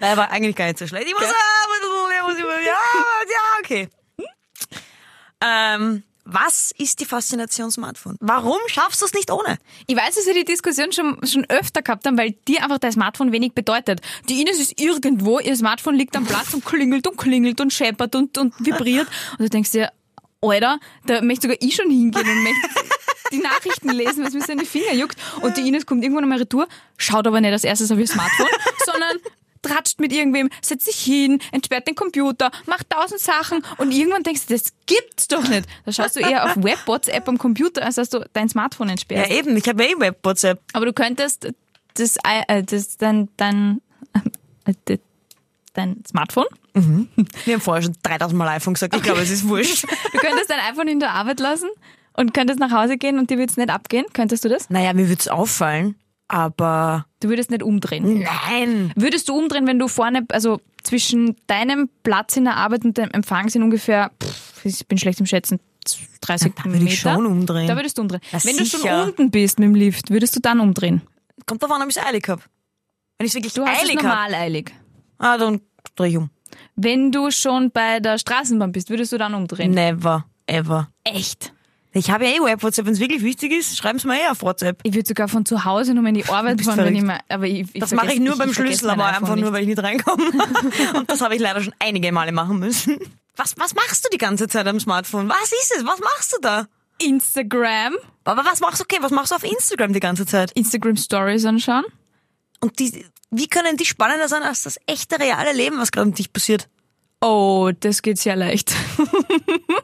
Speaker 2: Nein, war eigentlich gar nicht so schlecht. Ich muss, ah, ich muss, ich muss, ja, ja, okay. Hm? Ähm, was ist die Faszination Smartphone? Warum schaffst du es nicht ohne?
Speaker 3: Ich weiß, dass wir die Diskussion schon, schon öfter gehabt haben, weil dir einfach dein Smartphone wenig bedeutet. Die Ines ist irgendwo, ihr Smartphone liegt am Platz und klingelt und klingelt und scheppert und, und vibriert. Und du denkst dir, Alter, da möchte sogar ich schon hingehen und möchte die Nachrichten lesen, was mir so in die Finger juckt. Und die Ines kommt irgendwann einmal retour, schaut aber nicht als erstes auf ihr Smartphone, sondern tratscht mit irgendwem, setzt sich hin, entsperrt den Computer, macht tausend Sachen und irgendwann denkst du, das gibt's doch nicht. Da schaust du eher auf Webbots-App am Computer, als dass du dein Smartphone
Speaker 2: Ja,
Speaker 3: entsperrst.
Speaker 2: eben, ich habe ja eh Web WhatsApp.
Speaker 3: Aber du könntest das, Ei- äh, das dann, dann, äh, de- dein Smartphone,
Speaker 2: Wir haben vorher schon 3000 Mal iPhone gesagt, ich glaube, es ist wurscht.
Speaker 3: du könntest dein iPhone in der Arbeit lassen und könntest nach Hause gehen und dir wird's nicht abgehen. Könntest du das?
Speaker 2: Naja, mir würde es auffallen, aber
Speaker 3: Du würdest nicht umdrehen.
Speaker 2: nein.
Speaker 3: Würdest du umdrehen, wenn du vorne, also zwischen deinem Platz in der Arbeit und dem Empfang sind ungefähr, pff, ich bin schlecht im Schätzen, 30
Speaker 2: Da
Speaker 3: Meter?
Speaker 2: würde ich schon umdrehen.
Speaker 3: Da würdest du umdrehen.
Speaker 2: Ja,
Speaker 3: wenn du
Speaker 2: sicher.
Speaker 3: schon unten bist mit dem Lift, würdest du dann umdrehen?
Speaker 2: Kommt davon, ob ich es eilig habe. Wenn ich wirklich
Speaker 3: Du hast
Speaker 2: eilig
Speaker 3: es
Speaker 2: habe,
Speaker 3: normal eilig.
Speaker 2: ah, dann drehe ich um.
Speaker 3: Wenn du schon bei der Straßenbahn bist, würdest du dann umdrehen?
Speaker 2: Never, ever.
Speaker 3: Echt?
Speaker 2: Ich habe ja eh Web WhatsApp, wenn es wirklich wichtig ist, schreiben Sie mir eh auf WhatsApp.
Speaker 3: Ich würde sogar von zu Hause nur in die Arbeit
Speaker 2: bist
Speaker 3: fahren, wenn
Speaker 2: verrückt.
Speaker 3: ich mal, aber ich, ich
Speaker 2: Das mache ich
Speaker 3: vergesse-
Speaker 2: nur beim
Speaker 3: vergesse
Speaker 2: Schlüssel,
Speaker 3: mein
Speaker 2: aber
Speaker 3: iPhone
Speaker 2: einfach nur,
Speaker 3: nicht.
Speaker 2: weil ich nicht reinkomme. Und das habe ich leider schon einige Male machen müssen. Was, was machst du die ganze Zeit am Smartphone? Was ist es? Was machst du da?
Speaker 3: Instagram,
Speaker 2: Aber was machst du, okay, was machst du auf Instagram die ganze Zeit?
Speaker 3: Instagram Stories anschauen.
Speaker 2: Und die, wie können die spannender sein als das echte, reale Leben, was gerade um dich passiert?
Speaker 3: Oh, das geht sehr leicht.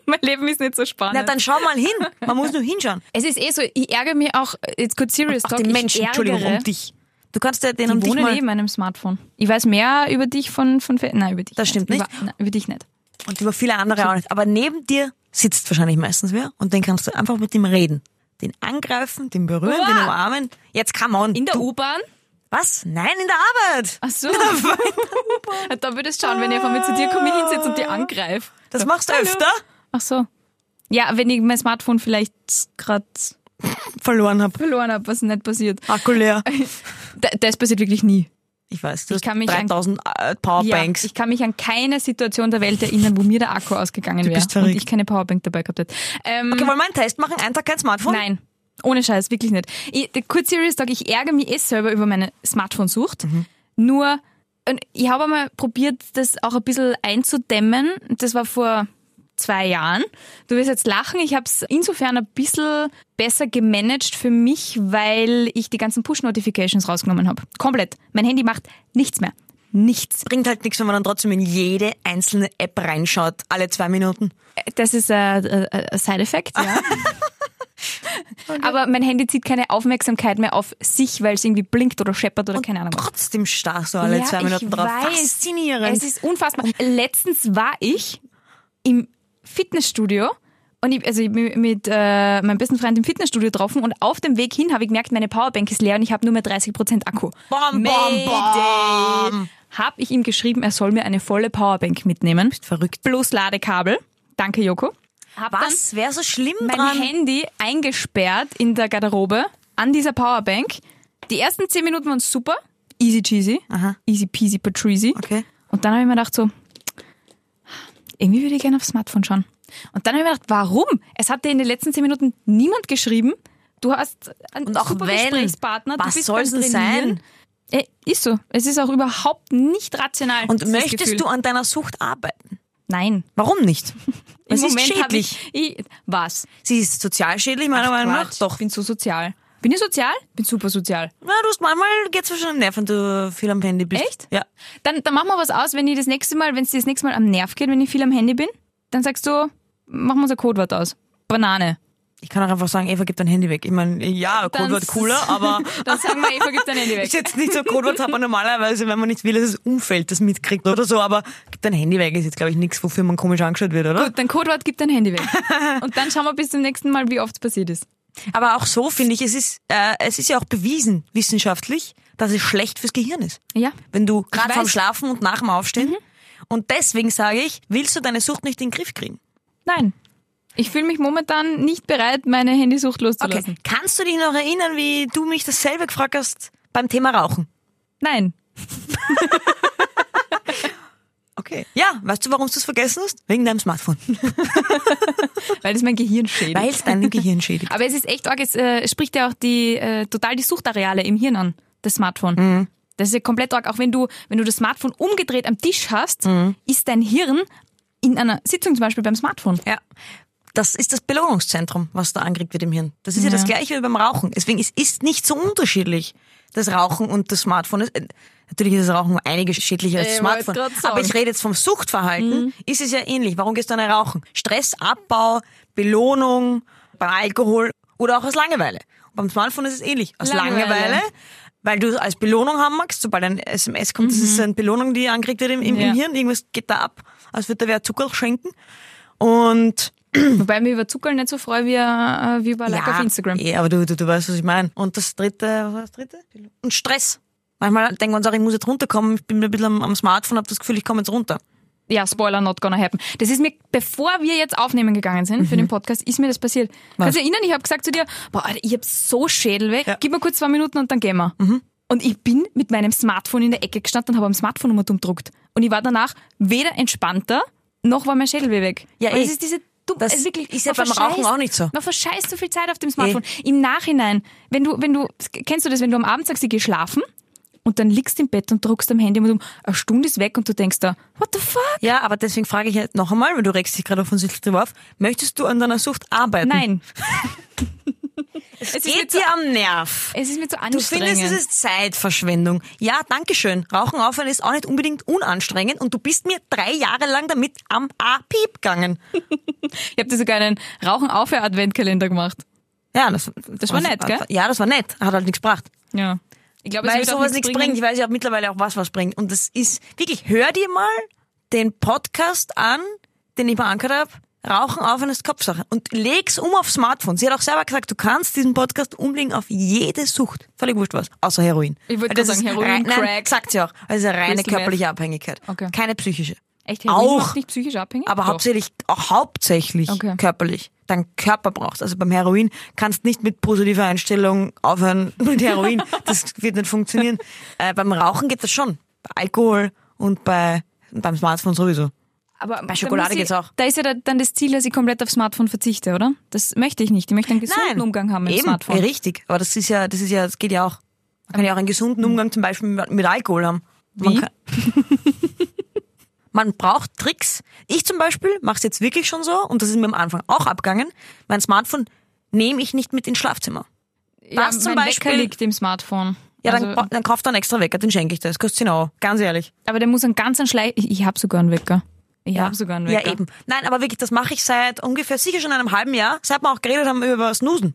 Speaker 3: mein Leben ist nicht so spannend.
Speaker 2: Na, dann schau mal hin. Man muss nur hinschauen.
Speaker 3: es ist eh so, ich ärgere mich auch, jetzt kurz serious
Speaker 2: Auch
Speaker 3: talk,
Speaker 2: die
Speaker 3: ich
Speaker 2: Menschen,
Speaker 3: ärgere,
Speaker 2: Entschuldigung, um dich. Du kannst ja den um
Speaker 3: Ich
Speaker 2: dich
Speaker 3: wohne
Speaker 2: mal...
Speaker 3: neben meinem Smartphone. Ich weiß mehr über dich von, von, Fe- nein, über dich.
Speaker 2: Das stimmt
Speaker 3: Über, nein, über dich nicht.
Speaker 2: Und über viele andere auch nicht. Aber neben dir sitzt wahrscheinlich meistens wer und den kannst du einfach mit ihm reden. Den angreifen, den berühren,
Speaker 3: Uah!
Speaker 2: den umarmen. Jetzt come on.
Speaker 3: In der
Speaker 2: du,
Speaker 3: U-Bahn?
Speaker 2: Was? Nein, in der Arbeit.
Speaker 3: Ach so. da würdest du schauen, wenn ich von mir zu dir komme, ich hinsetze und dir
Speaker 2: Ah.
Speaker 3: angreife.
Speaker 2: Das machst du öfter.
Speaker 3: Ach so. Ja, wenn ich mein Smartphone vielleicht gerade
Speaker 2: Verloren hab.
Speaker 3: verloren habe, was nicht passiert.
Speaker 2: Akku leer.
Speaker 3: D- Das passiert wirklich nie.
Speaker 2: Ich weiß, du
Speaker 3: Ich kann mich
Speaker 2: hast 3000 äh, Powerbanks.
Speaker 3: Ja, ich kann mich an keine Situation der Welt erinnern, wo mir der Akku ausgegangen wäre
Speaker 2: bist
Speaker 3: und
Speaker 2: verrückt.
Speaker 3: ich keine Powerbank dabei gehabt hätte. Ähm,
Speaker 2: okay, wollen wir einen Test machen? Einen Tag kein Smartphone?
Speaker 3: Nein. Ohne Scheiß, wirklich nicht. Ich, der- kurz serious Talk, ich ärgere mich eh selber über meine Smartphone-Sucht. Nur, und ich habe einmal probiert, das auch ein bisschen einzudämmen. Das war vor zwei Jahren. Du wirst jetzt lachen, ich habe es insofern ein bisschen besser gemanagt für mich, weil ich die ganzen Push-Notifications rausgenommen habe. Komplett. Mein Handy macht nichts mehr. Nichts.
Speaker 2: Bringt halt nichts, wenn man dann trotzdem in jede einzelne App reinschaut, alle zwei Minuten.
Speaker 3: Das ist ein, ein ein Side-Effekt, ja. Aber mein Handy zieht keine Aufmerksamkeit mehr auf sich, weil es irgendwie blinkt oder scheppert oder keine Ahnung. was.
Speaker 2: Trotzdem starrst du alle
Speaker 3: Ja,
Speaker 2: zwei
Speaker 3: ich
Speaker 2: Minuten drauf.
Speaker 3: weiß.
Speaker 2: Faszinierend.
Speaker 3: Es ist unfassbar. Letztens war ich im Fitnessstudio und ich, also ich bin mit äh, meinem besten Freund im Fitnessstudio getroffen und auf dem Weg hin habe ich gemerkt, meine Powerbank ist leer und ich habe nur mehr 30% Akku.
Speaker 2: Bam, bam, bam.
Speaker 3: Habe ich ihm geschrieben, er soll mir eine volle Powerbank mitnehmen. Bist verrückt. Plus Ladekabel. Danke, Joko. Hab dann-
Speaker 2: Was wäre so schlimm
Speaker 3: mein
Speaker 2: dran?
Speaker 3: Handy eingesperrt in der Garderobe an dieser Powerbank. Die ersten zehn Minuten waren super. Easy cheesy.
Speaker 2: Aha.
Speaker 3: Easy peasy patrisi.
Speaker 2: Okay.
Speaker 3: Und dann habe ich mir gedacht so, irgendwie würde ich gerne aufs Smartphone schauen. Und dann habe ich mir gedacht, warum? Es hat dir in den letzten zehn Minuten niemand geschrieben. Du hast einen
Speaker 2: Und auch
Speaker 3: super
Speaker 2: wenn,
Speaker 3: Gesprächspartner.
Speaker 2: was
Speaker 3: du bist
Speaker 2: soll's
Speaker 3: beim
Speaker 2: denn
Speaker 3: Trainieren. Äh, ist so. Es ist auch überhaupt nicht rational.
Speaker 2: Und
Speaker 3: dieses
Speaker 2: möchtest
Speaker 3: Gefühl.
Speaker 2: du an deiner Sucht arbeiten?
Speaker 3: Nein.
Speaker 2: Warum nicht?
Speaker 3: Im
Speaker 2: Es ist
Speaker 3: Moment habe
Speaker 2: schädlich.
Speaker 3: ich, ich... Was?
Speaker 2: Sie ist sozial schädlich, meiner Meinung nach.
Speaker 3: Quatsch.
Speaker 2: Ah, Doch.
Speaker 3: Bin so sozial. Bin ich sozial? Bin super sozial.
Speaker 2: Na, du hast manchmal geht's mir schon am Nerv, wenn du viel am Handy bist.
Speaker 3: Echt?
Speaker 2: Ja.
Speaker 3: Dann, dann machen wir was aus, wenn ich das nächste Mal, wenn es dir das nächste Mal am Nerv geht, wenn ich viel am Handy bin, dann sagst du, machen wir unser Codewort aus. Banane.
Speaker 2: Ich kann auch einfach sagen, Eva, gib dein Handy weg. Ich meine, ja,
Speaker 3: Dann-
Speaker 2: Codewort cooler, aber
Speaker 3: Dann sagen wir, Eva, gib dein Handy
Speaker 2: ist
Speaker 3: weg.
Speaker 2: jetzt nicht so Codewort hat man normalerweise, wenn man nicht will, dass das Umfeld das mitkriegt oder so, aber gib dein Handy weg ist jetzt, glaube ich, nichts, wofür man komisch angeschaut wird, oder?
Speaker 3: Gut, dein Codewort gib dein Handy weg. Und dann schauen wir bis zum nächsten Mal, wie oft es passiert ist.
Speaker 2: Aber auch so finde ich, es ist, äh, es ist ja auch bewiesen, wissenschaftlich, dass es schlecht fürs Gehirn ist.
Speaker 3: Ja.
Speaker 2: Wenn du gerade
Speaker 3: weiß.
Speaker 2: vorm Schlafen und nach dem Aufstehen. Und deswegen sage ich, willst du deine Sucht nicht in den Griff kriegen?
Speaker 3: Nein. Ich fühle mich momentan nicht bereit, meine Handysucht loszulassen.
Speaker 2: Okay. Kannst du dich noch erinnern, wie du mich dasselbe gefragt hast beim Thema Rauchen?
Speaker 3: Nein.
Speaker 2: Okay. Ja, weißt du, warum du es vergessen hast? Wegen deinem Smartphone.
Speaker 3: Weil das mein Gehirn schädigt.
Speaker 2: Weil es deinem Gehirn schädigt.
Speaker 3: Aber es ist echt arg, es äh, spricht ja auch die, äh, total die Suchtareale im Hirn an, das Smartphone. Das ist ja komplett arg. Auch wenn du, wenn du das Smartphone umgedreht am Tisch hast, ist dein Hirn in einer Sitzung zum Beispiel beim Smartphone.
Speaker 2: Ja. Das ist das Belohnungszentrum, was da angeregt wird im Hirn. Das ist ja,
Speaker 3: Ja.
Speaker 2: das gleiche wie beim Rauchen. Deswegen es ist nicht so unterschiedlich. das Rauchen und das Smartphone ist. äh, Natürlich ist das Rauchen um einiges schädlicher als das
Speaker 3: Ich wollte
Speaker 2: Smartphone.
Speaker 3: grad sagen. Mhm.
Speaker 2: Aber ich rede jetzt vom Suchtverhalten. Ist es ja ähnlich. Warum gehst du dann rauchen? Stressabbau, Belohnung, beim Alkohol oder auch aus Langeweile. Und beim Smartphone ist es ähnlich. Aus
Speaker 3: Langeweile.
Speaker 2: Langeweile, weil du es als Belohnung haben magst. Sobald ein SMS kommt, das ist eine Belohnung, die angekriegt wird im, im,
Speaker 3: Mhm. Ja.
Speaker 2: im Hirn. Irgendwas geht da ab, als würde da wer Zucker schenken. Und
Speaker 3: Wobei ich mich über Zucker nicht so freue wie, äh, wie über Like auf Instagram.
Speaker 2: eh, aber du, du, du weißt, was ich meine. Und das dritte, was war das dritte? Und Stress. Manchmal denken wir uns auch, ich muss jetzt runterkommen, ich bin mir ein bisschen am, am Smartphone, habe das Gefühl, ich komme jetzt runter.
Speaker 3: Ja, Spoiler, not gonna happen. Das ist mir, bevor wir jetzt aufnehmen gegangen sind
Speaker 2: Mhm.
Speaker 3: für den Podcast, ist mir das passiert. Kannst du dich erinnern, ich habe gesagt zu dir, boah, Alter, ich hab so Schädelweh,
Speaker 2: Ja. Mhm.
Speaker 3: gib mir kurz zwei Minuten und dann gehen wir. Und ich bin mit meinem Smartphone in der Ecke gestanden und habe am Smartphone nochmal gedruckt. Und ich war danach weder entspannter, noch war mein Schädelweh weg.
Speaker 2: Ja,
Speaker 3: Und
Speaker 2: eh.
Speaker 3: es ist diese dumm,
Speaker 2: Das
Speaker 3: es wirklich,
Speaker 2: ist ja
Speaker 3: man
Speaker 2: beim
Speaker 3: verscheißt-
Speaker 2: Rauchen auch nicht so. Eh.
Speaker 3: Man verscheißt so viel Zeit auf dem Smartphone. Im Nachhinein, wenn du, wenn du, kennst du das, wenn du am Abend sagst, ich geh schlafen und dann liegst im Bett und druckst am Handy und um, eine Stunde ist weg und du denkst da, what the fuck?
Speaker 2: Ja, aber deswegen frage ich halt noch einmal, weil du regst dich gerade offensichtlich drüber auf, möchtest du an deiner Sucht arbeiten?
Speaker 3: Nein. es, ist mir
Speaker 2: Geht
Speaker 3: zu,
Speaker 2: dir am Nerv.
Speaker 3: es ist mir zu
Speaker 2: Du
Speaker 3: anstrengend.
Speaker 2: findest, es ist Zeitverschwendung. Ja, danke schön. Rauchen aufhören ist auch nicht unbedingt unanstrengend und du bist mir drei Jahre lang damit am A-Piep gegangen.
Speaker 3: ich habe dir sogar einen Rauchen-Aufhör-Adventkalender gemacht.
Speaker 2: Ja, das, das
Speaker 3: war nett, gell?
Speaker 2: Ja, das war nett. Hat halt nichts gebracht.
Speaker 3: Ja. Ich glaube, es
Speaker 2: Weil
Speaker 3: wird auch
Speaker 2: sowas nichts bringt. Ich weiß ja mittlerweile auch, was was bringt. Und das ist wirklich, hör dir mal den Podcast an, den ich mal angehört habe. Rauchen auf eine Kopfsache und leg's um auf Smartphone. Sie hat auch selber gesagt, du kannst diesen Podcast umlegen auf jede Sucht. Völlig wurscht was. Außer Heroin.
Speaker 3: Ich wollte
Speaker 2: Weil
Speaker 3: gerade
Speaker 2: das
Speaker 3: sagen,
Speaker 2: ist
Speaker 3: Heroin,
Speaker 2: rein- Nein,
Speaker 3: Crack.
Speaker 2: sagt sie auch. Also reine
Speaker 3: Crystal Meth.
Speaker 2: körperliche Abhängigkeit.
Speaker 3: Okay.
Speaker 2: Keine psychische.
Speaker 3: Echt, Heroin
Speaker 2: Auch.
Speaker 3: macht nicht psychisch abhängig?
Speaker 2: Aber
Speaker 3: Doch.
Speaker 2: hauptsächlich, auch hauptsächlich
Speaker 3: Okay.
Speaker 2: körperlich. Dein Körper brauchst. Also beim Heroin kannst nicht mit positiver Einstellung aufhören mit Heroin. das wird nicht funktionieren. Äh, beim Rauchen geht das schon. Bei Alkohol und bei, beim Smartphone sowieso.
Speaker 3: Aber bei
Speaker 2: Schokolade geht's auch.
Speaker 3: Da ist ja da- dann das Ziel, dass ich komplett auf Smartphone verzichte, oder? Das möchte ich nicht. Ich möchte einen gesunden Umgang haben mit
Speaker 2: Eben,
Speaker 3: Smartphone.
Speaker 2: eh, richtig. Aber das ist ja, das ist ja, das geht ja auch. Man kann ja auch einen gesunden Umgang zum Beispiel mit mit Alkohol haben. Man,
Speaker 3: Wie?
Speaker 2: kann, man braucht Tricks. Ich zum Beispiel mache es jetzt wirklich schon so, und das ist mir am Anfang auch abgegangen. Mein Smartphone nehme ich nicht mit ins Schlafzimmer.
Speaker 3: ja,
Speaker 2: was zum
Speaker 3: mein
Speaker 2: Beispiel-
Speaker 3: Wecker liegt im Smartphone.
Speaker 2: Ja, dann,
Speaker 3: also,
Speaker 2: also, dann kauft er einen extra Wecker, den schenke ich dir. Das kostet 10 Euro. Ganz ehrlich.
Speaker 3: aber der muss einen ganz einen Schlei... Ich, ich habe sogar einen Wecker. Ich hab habe sogar einen Wecker.
Speaker 2: Ja, eben. Nein, aber wirklich, das mache ich seit ungefähr sicher schon einem halben Jahr, seit wir auch geredet haben über Snoosen.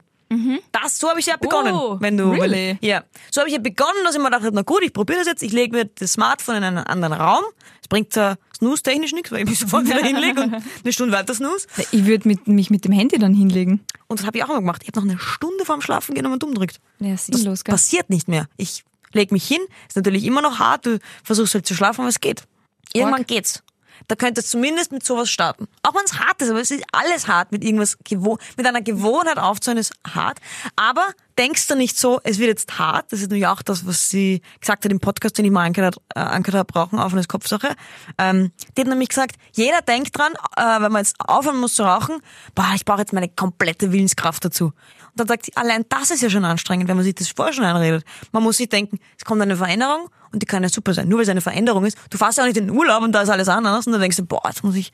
Speaker 2: Das, so habe ich ja begonnen.
Speaker 3: Mhm. Oh,
Speaker 2: wenn du, Wenn,
Speaker 3: really?
Speaker 2: ja. So habe ich ja begonnen, dass ich mir dachte, na gut, ich probiere das jetzt, ich lege mir das Smartphone in einen anderen Raum. Es bringt zwar snooze-technisch nichts, weil ich mich sofort wieder hinlege und eine Stunde weiter snooze.
Speaker 3: Ich würde mit, mich mit dem Handy dann hinlegen.
Speaker 2: Und das habe ich auch immer gemacht. Ich habe noch eine Stunde vorm Schlafen gehen und mal dumm drückt.
Speaker 3: Ja, ist sinnlos, gell?
Speaker 2: Passiert nicht mehr. Ich leg mich hin, ist natürlich immer noch hart, du versuchst halt zu schlafen, aber es geht. Irgendwann
Speaker 3: Org.
Speaker 2: geht's. Da könntest du zumindest mit sowas starten. Auch wenn es hart ist, aber es ist alles hart, mit irgendwas gewo mit einer Gewohnheit aufzuhören, ist hart. Aber denkst du nicht so, es wird jetzt hart, das ist nämlich auch das, was sie gesagt hat im Podcast, den ich mal angehört, äh, angehört habe, Rauchen auf als Kopfsache. Ähm, die hat nämlich gesagt, jeder denkt dran, äh, wenn man jetzt aufhören muss zu rauchen, boah, ich brauche jetzt meine komplette Willenskraft dazu. Und dann sagt sie, allein das ist ja schon anstrengend, wenn man sich das vorher schon einredet. Man muss sich denken, es kommt eine Veränderung und die kann ja super sein. Nur weil es eine Veränderung ist, du fährst ja auch nicht in den Urlaub und da ist alles anders und dann denkst du, boah, jetzt muss ich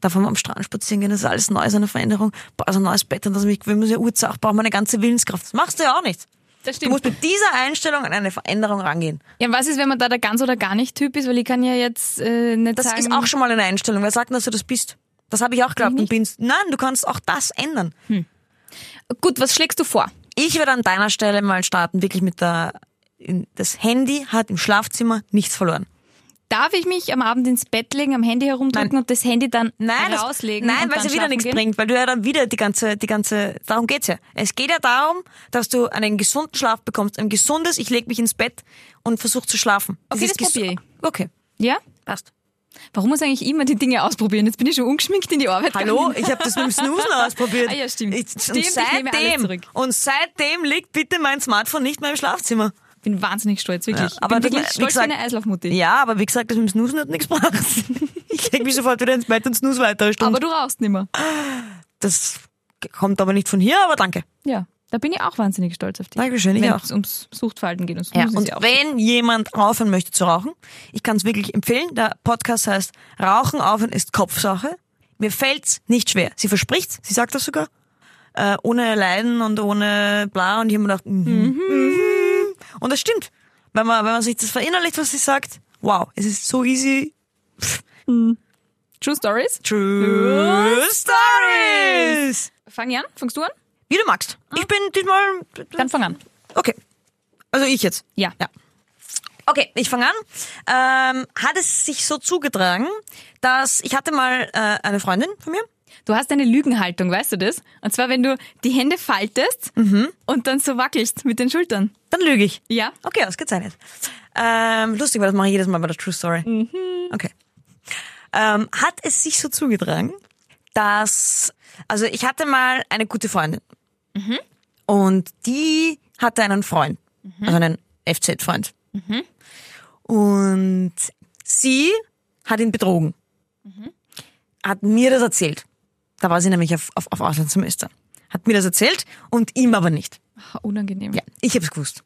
Speaker 2: davon am Strand spazieren gehen, das ist alles neu, ist eine Veränderung, boah, so ein neues Bett und das mich gewöhnen muss, ja Urzach, brauche meine ganze Willenskraft. Das machst du ja auch nicht.
Speaker 3: Das stimmt.
Speaker 2: Du musst mit dieser Einstellung an eine Veränderung rangehen.
Speaker 3: Ja, was ist, wenn man da der ganz oder gar nicht Typ ist? Weil ich kann ja jetzt äh, nicht
Speaker 2: Das
Speaker 3: sagen.
Speaker 2: ist auch schon mal eine Einstellung. Wer sagt denn, dass du das bist? Das habe ich auch geglaubt. und bin's. Nein, du kannst auch das ändern.
Speaker 3: Gut, was schlägst du vor?
Speaker 2: Ich würde an deiner Stelle mal starten, wirklich mit der, in- das Handy hat im Schlafzimmer nichts verloren.
Speaker 3: Darf ich mich am Abend ins Bett legen, am Handy herumdrücken
Speaker 2: Nein.
Speaker 3: und das Handy dann
Speaker 2: Nein, das-
Speaker 3: rauslegen?
Speaker 2: Nein,
Speaker 3: und
Speaker 2: weil
Speaker 3: dann
Speaker 2: es ja wieder
Speaker 3: schlafen
Speaker 2: nichts
Speaker 3: gehen?
Speaker 2: bringt, weil du ja dann wieder die ganze, die ganze, darum geht's ja. Es geht ja darum, dass du einen gesunden Schlaf bekommst, ein gesundes, ich lege mich ins Bett und versuche zu schlafen.
Speaker 3: Okay,
Speaker 2: Dieses
Speaker 3: das probier
Speaker 2: gesu-
Speaker 3: ich.
Speaker 2: Okay,
Speaker 3: Ja?
Speaker 2: passt.
Speaker 3: Warum muss ich eigentlich immer die Dinge ausprobieren? Jetzt bin ich schon ungeschminkt in die Arbeit
Speaker 2: Hallo,
Speaker 3: gegangen.
Speaker 2: ich habe das mit dem Snoosen ausprobiert.
Speaker 3: Ah ja, stimmt.
Speaker 2: Ich,
Speaker 3: Stimmt,
Speaker 2: und
Speaker 3: ich nehme alles
Speaker 2: seitdem,
Speaker 3: zurück.
Speaker 2: und seitdem liegt bitte mein Smartphone nicht mehr im Schlafzimmer.
Speaker 3: Ich bin wahnsinnig stolz, wirklich.
Speaker 2: Ja, aber
Speaker 3: ich bin
Speaker 2: das-
Speaker 3: wirklich
Speaker 2: wie
Speaker 3: stolz
Speaker 2: gesagt-
Speaker 3: wie eine Eislaufmutti.
Speaker 2: Ja, aber wie gesagt, das mit dem Snoosen hat nichts gebracht. Ich leg mich sofort wieder ins Bett und snooze weiter eine Stunde.
Speaker 3: Aber du rauchst nicht mehr.
Speaker 2: das kommt aber nicht von hier, aber danke.
Speaker 3: Ja, da bin ich auch wahnsinnig stolz auf dich.
Speaker 2: Dankeschön, ich
Speaker 3: Wenn
Speaker 2: auch.
Speaker 3: es ums Suchtverhalten geht. Und,
Speaker 2: Ja,
Speaker 3: Snoozen
Speaker 2: und
Speaker 3: ist ja auch.
Speaker 2: wenn jemand aufhören möchte zu rauchen, ich kann es wirklich empfehlen. Der Podcast heißt Rauchen aufhören ist Kopfsache. Mir fällt's nicht schwer. Sie verspricht's, sie sagt das sogar. Äh, ohne Leiden und ohne bla und ich hab mir gedacht, mhm, mhm. Und das stimmt. Wenn man, wenn man sich das verinnerlicht, was sie sagt, wow, es ist so easy.
Speaker 3: True Stories.
Speaker 2: True Stories! Ah.
Speaker 3: Fang ich an? Fangst du an?
Speaker 2: Wie du magst. Ich bin diesmal.
Speaker 3: Dann fang an.
Speaker 2: Okay. Also ich jetzt.
Speaker 3: Ja.
Speaker 2: Ja. Okay, ich fange an. Ähm, hat es sich so zugetragen, dass ich hatte mal äh, eine Freundin von mir.
Speaker 3: Du hast eine Lügenhaltung, weißt du das? Und zwar, wenn du die Hände faltest und dann so wackelst mit den Schultern.
Speaker 2: Dann lüge ich.
Speaker 3: Ja.
Speaker 2: Okay, ausgezeichnet. Ähm, lustig, weil das mache ich jedes Mal bei der True Story. Okay. Ähm, hat es sich so zugetragen, dass, also ich hatte mal eine gute Freundin. Und die hatte einen Freund, also einen FZ-Freund. Und sie hat ihn betrogen. Hat mir das erzählt. Da war sie nämlich auf, auf, auf Auslandssemester. Hat mir das erzählt und ihm aber nicht.
Speaker 3: Ach, unangenehm.
Speaker 2: Ja, ich hab's gewusst.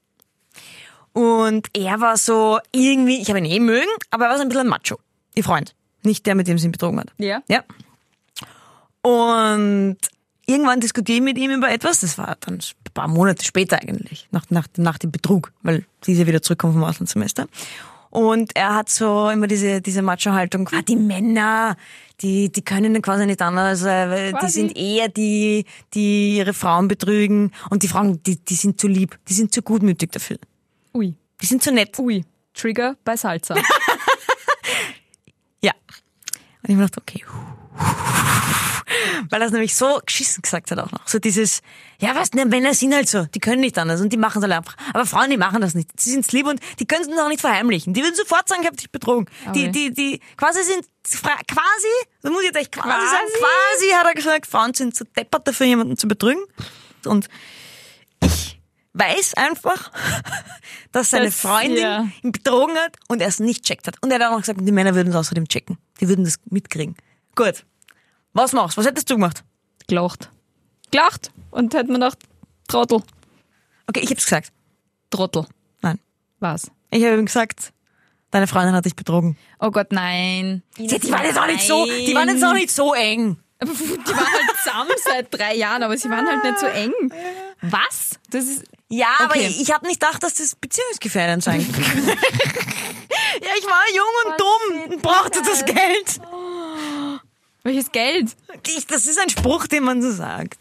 Speaker 2: Und er war so irgendwie, ich habe ihn eh mögen, aber er war so ein bisschen ein Macho. Ihr Freund. Nicht der, mit dem sie ihn betrogen hat.
Speaker 3: Ja.
Speaker 2: Ja. Und irgendwann diskutiere ich mit ihm über etwas. Das war dann ein paar Monate später eigentlich, nach, nach, nach dem Betrug, weil sie ist ja wieder zurückkommen vom Auslandssemester. Und er hat so immer diese, diese Macho-Haltung, ah, die Männer, die, die können dann quasi nicht anders, äh, weil die
Speaker 3: Quasi.
Speaker 2: sind eher die, die ihre Frauen betrügen und die Frauen, die, die sind zu lieb, die sind zu gutmütig dafür,
Speaker 3: Ui.
Speaker 2: die sind zu nett.
Speaker 3: Ui. Trigger bei Salsa.
Speaker 2: Ja. Und ich mir dachte, okay. Weil er es nämlich so geschissen gesagt hat auch noch. So dieses, ja was, ne, Männer sind halt so, die können nicht anders und die machen es alle einfach. Aber Frauen, die machen das nicht. Sie sind's lieb und die können es auch nicht verheimlichen. Die würden sofort sagen, ich hab dich betrogen. Die,
Speaker 3: Aui.
Speaker 2: die, die quasi sind, fra- quasi, da muss ich jetzt echt quasi,
Speaker 3: Quasi?
Speaker 2: sagen, quasi hat er gesagt, Frauen sind zu deppert dafür, jemanden zu betrügen. Und ich weiß einfach, dass seine
Speaker 3: Das-
Speaker 2: Freundin
Speaker 3: ja.
Speaker 2: ihn betrogen hat und er es nicht checkt hat. Und er hat auch noch gesagt, die Männer würden es außerdem checken. Die würden das mitkriegen. Gut. Was machst? Was hättest du gemacht?
Speaker 3: Gelacht. Gelacht. Und hätte man gedacht, Trottel.
Speaker 2: Okay, ich hab's gesagt.
Speaker 3: Trottel.
Speaker 2: Nein.
Speaker 3: Was?
Speaker 2: Ich habe ihm gesagt, deine Freundin hat dich betrogen.
Speaker 3: Oh Gott, nein.
Speaker 2: Die, die waren jetzt auch nicht so, die waren jetzt auch nicht so eng.
Speaker 3: Die waren halt zusammen seit drei Jahren, aber sie waren halt nicht so eng. Was? Das ist.
Speaker 2: Ja, aber
Speaker 3: Okay.
Speaker 2: ich, ich habe nicht gedacht, dass das beziehungsgefährdend sein kann. ja, ich war jung und dumm und brauchte das Geld.
Speaker 3: Welches Geld?
Speaker 2: Ich, das ist ein Spruch, den man so sagt.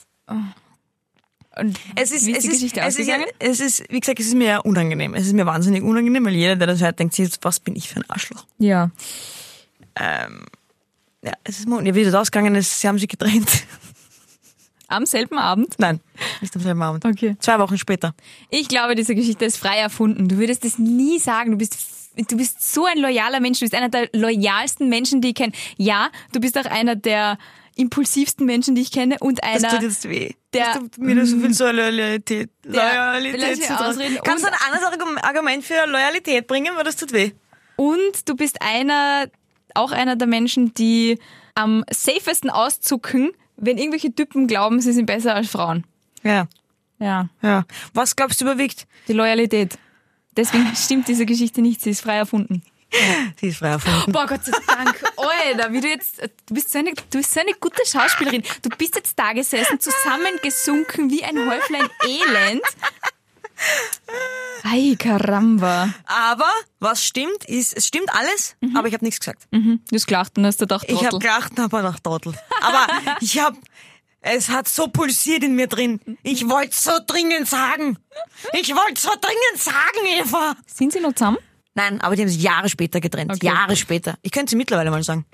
Speaker 3: Und
Speaker 2: Es ist,
Speaker 3: wie ist
Speaker 2: es
Speaker 3: die Geschichte
Speaker 2: ist, es ist, ja-
Speaker 3: ausgegangen?
Speaker 2: es ist, wie gesagt, es ist mir ja unangenehm. Es ist mir wahnsinnig unangenehm, weil jeder, der das hört, denkt sich jetzt, was bin ich für ein Arschloch?
Speaker 3: ja.
Speaker 2: Ja, es ist mir, ja, wie das ausgegangen ist, sie haben sich getrennt.
Speaker 3: Am selben Abend?
Speaker 2: Nein, nicht am selben Abend.
Speaker 3: Okay.
Speaker 2: Zwei Wochen später.
Speaker 3: Ich glaube, diese Geschichte ist frei erfunden. Du würdest das nie sagen. Du bist, du bist so ein loyaler Mensch. Du bist einer der loyalsten Menschen, die ich kenne. Ja, du bist auch einer der impulsivsten Menschen, die ich kenne und
Speaker 2: Das
Speaker 3: einer.
Speaker 2: tut jetzt weh.
Speaker 3: der-
Speaker 2: das tut mir das so viel so Loyalität.
Speaker 3: lass
Speaker 2: Loyalität
Speaker 3: mich
Speaker 2: zu dran.
Speaker 3: ausreden.
Speaker 2: Kannst du
Speaker 3: Und-
Speaker 2: ein anderes Argum- Argument für Loyalität bringen, weil das tut weh?
Speaker 3: Und du bist einer, auch einer der Menschen, die am safesten auszucken, wenn irgendwelche Typen glauben, sie sind besser als Frauen.
Speaker 2: Ja,
Speaker 3: Ja.
Speaker 2: ja. Was glaubst du überwiegt?
Speaker 3: Die Loyalität. Deswegen stimmt diese Geschichte nicht. Sie ist frei erfunden.
Speaker 2: Sie ist frei erfunden.
Speaker 3: Boah, Gott sei Dank. Alter, wie du jetzt, du bist so eine, du bist so eine gute Schauspielerin. Du bist jetzt da gesessen, zusammengesunken wie ein Häuflein Elend. Ei, Karamba.
Speaker 2: Aber was stimmt, ist, es stimmt alles, aber ich habe nichts gesagt.
Speaker 3: Mhm. Du hast gelacht und hast gedacht,
Speaker 2: Ich habe
Speaker 3: Trottel.
Speaker 2: gelacht, aber nach Trottel. Aber ich habe, es hat so pulsiert in mir drin. Ich wollte so dringend sagen. Ich wollte so dringend sagen, Eva.
Speaker 3: Sind sie noch zusammen?
Speaker 2: Nein, aber die haben sich Jahre später getrennt.
Speaker 3: Okay.
Speaker 2: Jahre später. Ich könnte sie mittlerweile mal sagen.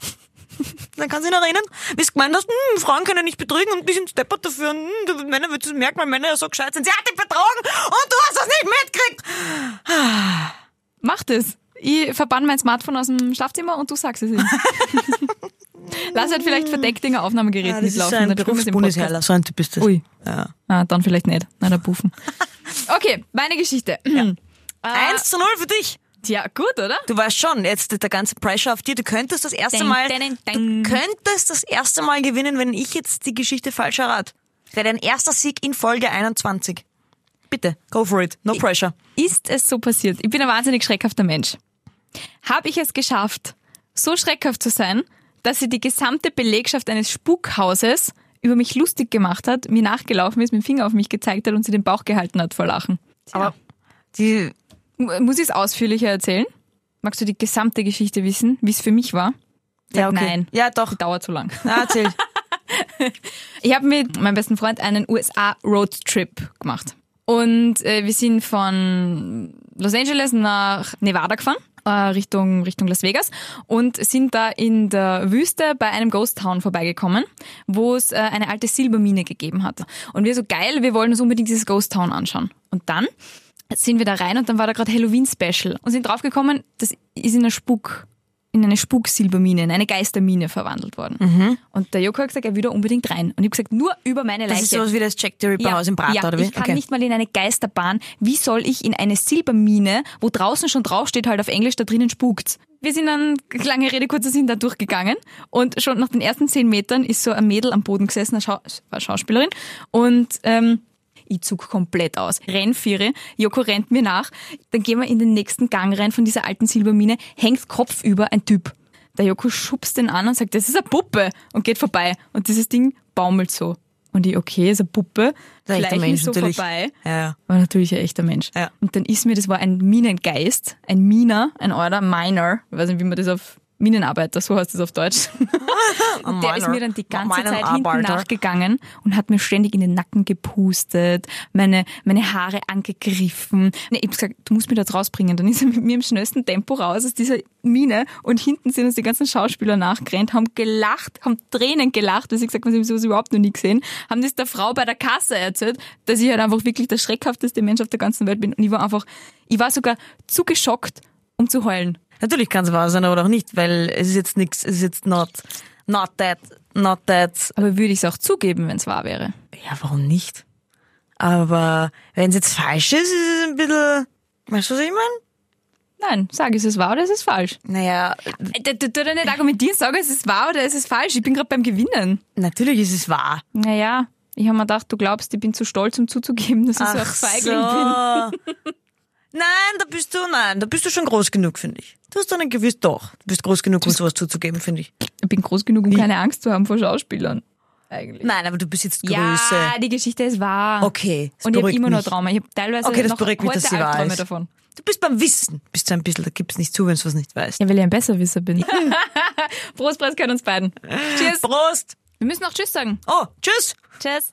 Speaker 2: Dann kann sie noch erinnern, wie es gemeint hast, hm, Frauen können nicht betrügen und die sind steppert dafür. Hm, die Männer wird das merkt, weil Männer ja so gescheit sind. Sie hat dich betrogen und du hast das nicht mitgekriegt.
Speaker 3: Mach das. Ich verbann mein Smartphone aus dem Schlafzimmer und du sagst es ihm. Lass halt vielleicht verdeckt in ein Aufnahmegerät
Speaker 2: Ja, das ist so ein
Speaker 3: mitlaufen. dann spielen wir's im Podcast.
Speaker 2: Berufsbundesherrler, so ein Typ ist das.
Speaker 3: Ui.
Speaker 2: Ja.
Speaker 3: Ah, dann vielleicht nicht. Nein, der Buffen. Okay, meine Geschichte.
Speaker 2: Eins zu null für dich.
Speaker 3: Ja, gut, oder?
Speaker 2: Du weißt schon, jetzt der ganze Pressure auf dir. Du könntest das erste
Speaker 3: Ding,
Speaker 2: Mal,
Speaker 3: ding,
Speaker 2: du
Speaker 3: ding.
Speaker 2: könntest das erste Mal gewinnen, wenn ich jetzt die Geschichte falsch errate. Das wäre dein erster Sieg in Folge 21. Bitte, go for it. No pressure.
Speaker 3: Ist es so passiert? Ich bin ein wahnsinnig schreckhafter Mensch. Habe ich es geschafft, so schreckhaft zu sein, dass sie die gesamte Belegschaft eines Spukhauses über mich lustig gemacht hat, mir nachgelaufen ist, mit dem Finger auf mich gezeigt hat und sie den Bauch gehalten hat vor Lachen.
Speaker 2: Die,
Speaker 3: Mu- äh, Muss ich es ausführlicher erzählen? Magst du die gesamte Geschichte wissen, wie es für mich war? Sag Nein,
Speaker 2: Ja, doch.
Speaker 3: dauert zu lang.
Speaker 2: Na, erzähl.
Speaker 3: Ich habe mit meinem besten Freund einen USA-Roadtrip gemacht. Und äh, wir sind von Los Angeles nach Nevada gefahren, äh, Richtung, Richtung Las Vegas. Und sind da in der Wüste bei einem Ghost Town vorbeigekommen, wo es äh, eine alte Silbermine gegeben hat. Und wir so geil, wir wollen uns unbedingt dieses Ghost Town anschauen. Und dann sind wir da rein und dann war da gerade Halloween-Special. Und sind draufgekommen, das ist in einer Spuk in eine Spuksilbermine, in eine Geistermine verwandelt worden.
Speaker 2: Mhm.
Speaker 3: Und der Joko hat gesagt, er will da unbedingt rein. Und ich habe gesagt, nur über meine Leiche.
Speaker 2: Das ist sowas wie das Jack the Ripper Haus im Prater,
Speaker 3: ja,
Speaker 2: oder wie?
Speaker 3: ich kann nicht mal in eine Geisterbahn. Wie soll ich in eine Silbermine, wo draußen schon draufsteht, halt auf Englisch, da drinnen spukt's. Wir sind dann, lange Rede, kurzer Sinn, da durchgegangen und schon nach den ersten zehn Metern ist so ein Mädel am Boden gesessen, eine Schau war Schauspielerin und ähm, ich zog komplett aus. Rennviere, Joko rennt mir nach, dann gehen wir in den nächsten Gang rein von dieser alten Silbermine, hängt kopfüber ein Typ. Der Joko schubst den an und sagt, das ist eine Puppe und geht vorbei und dieses Ding baumelt so. Und ich, okay, ist eine Puppe,
Speaker 2: Der echte
Speaker 3: gleich
Speaker 2: Mensch
Speaker 3: nicht so
Speaker 2: natürlich.
Speaker 3: vorbei.
Speaker 2: Ja, ja.
Speaker 3: War natürlich ein echter Mensch.
Speaker 2: Ja.
Speaker 3: Und dann ist mir, das war ein Minengeist, ein Miner, ein Order, Miner, ich weiß nicht, wie man das auf Minenarbeiter, so heißt das auf Deutsch.
Speaker 2: Ein
Speaker 3: Der ist
Speaker 2: Miner.
Speaker 3: mir dann die ganze
Speaker 2: Meinen
Speaker 3: Zeit hinten
Speaker 2: Arbeiter.
Speaker 3: nachgegangen und hat mir ständig in den Nacken gepustet, meine, meine Haare angegriffen. Nee, Ich hab gesagt, du musst mich da jetzt rausbringen. Dann ist er mit mir im schnellsten Tempo raus aus dieser Mine und hinten sind uns die ganzen Schauspieler nachgerannt, haben gelacht, haben Tränen gelacht, weil sie gesagt haben, sie haben sowas überhaupt noch nie gesehen, haben das der Frau bei der Kasse erzählt, dass ich halt einfach wirklich der schreckhafteste Mensch auf der ganzen Welt bin. Und ich war einfach, ich war sogar zu geschockt, um zu heulen.
Speaker 2: Natürlich kann es wahr sein, aber auch nicht, weil es ist jetzt nichts, es ist jetzt not, not that, not that.
Speaker 3: Aber würde ich es auch zugeben, wenn es wahr wäre.
Speaker 2: Ja, warum nicht? Aber wenn es jetzt falsch ist, ist es ein bisschen, weißt du, was ich meine?
Speaker 3: Nein, sag, ist es wahr oder ist es falsch?
Speaker 2: Naja,
Speaker 3: Du du doch nicht argumentieren, sag, es ist wahr oder es ist falsch. Ich bin gerade beim Gewinnen.
Speaker 2: natürlich ist es wahr.
Speaker 3: Naja, ich habe mir gedacht, du glaubst, ich bin zu stolz, um zuzugeben, dass ich so ein Feigling bin.
Speaker 2: so. Nein, da bist du, nein, da bist du schon groß genug, finde ich. Du hast doch nicht gewiss, doch. Du bist groß genug, um sowas zuzugeben, finde ich.
Speaker 3: Ich bin groß genug, um keine Angst zu haben vor Schauspielern. Eigentlich.
Speaker 2: Nein, aber du bist jetzt Größe.
Speaker 3: Ja, die Geschichte ist wahr.
Speaker 2: Okay, das
Speaker 3: Und ich habe
Speaker 2: beruhigt
Speaker 3: immer noch
Speaker 2: mich.
Speaker 3: Trauma. Ich habe teilweise
Speaker 2: Okay, das
Speaker 3: noch
Speaker 2: beruhigt mich,
Speaker 3: heute
Speaker 2: dass sie wahr
Speaker 3: Albträume
Speaker 2: ist.
Speaker 3: davon.
Speaker 2: Du bist beim Wissen. Bist du ein bisschen, da gibt's nicht zu, wenn du was nicht weißt.
Speaker 3: Ja, weil ich ein Besserwisser bin. Prost, Prost, können uns beiden. Cheers.
Speaker 2: Prost!
Speaker 3: Wir müssen noch Tschüss sagen.
Speaker 2: Oh, tschüss!
Speaker 3: Tschüss.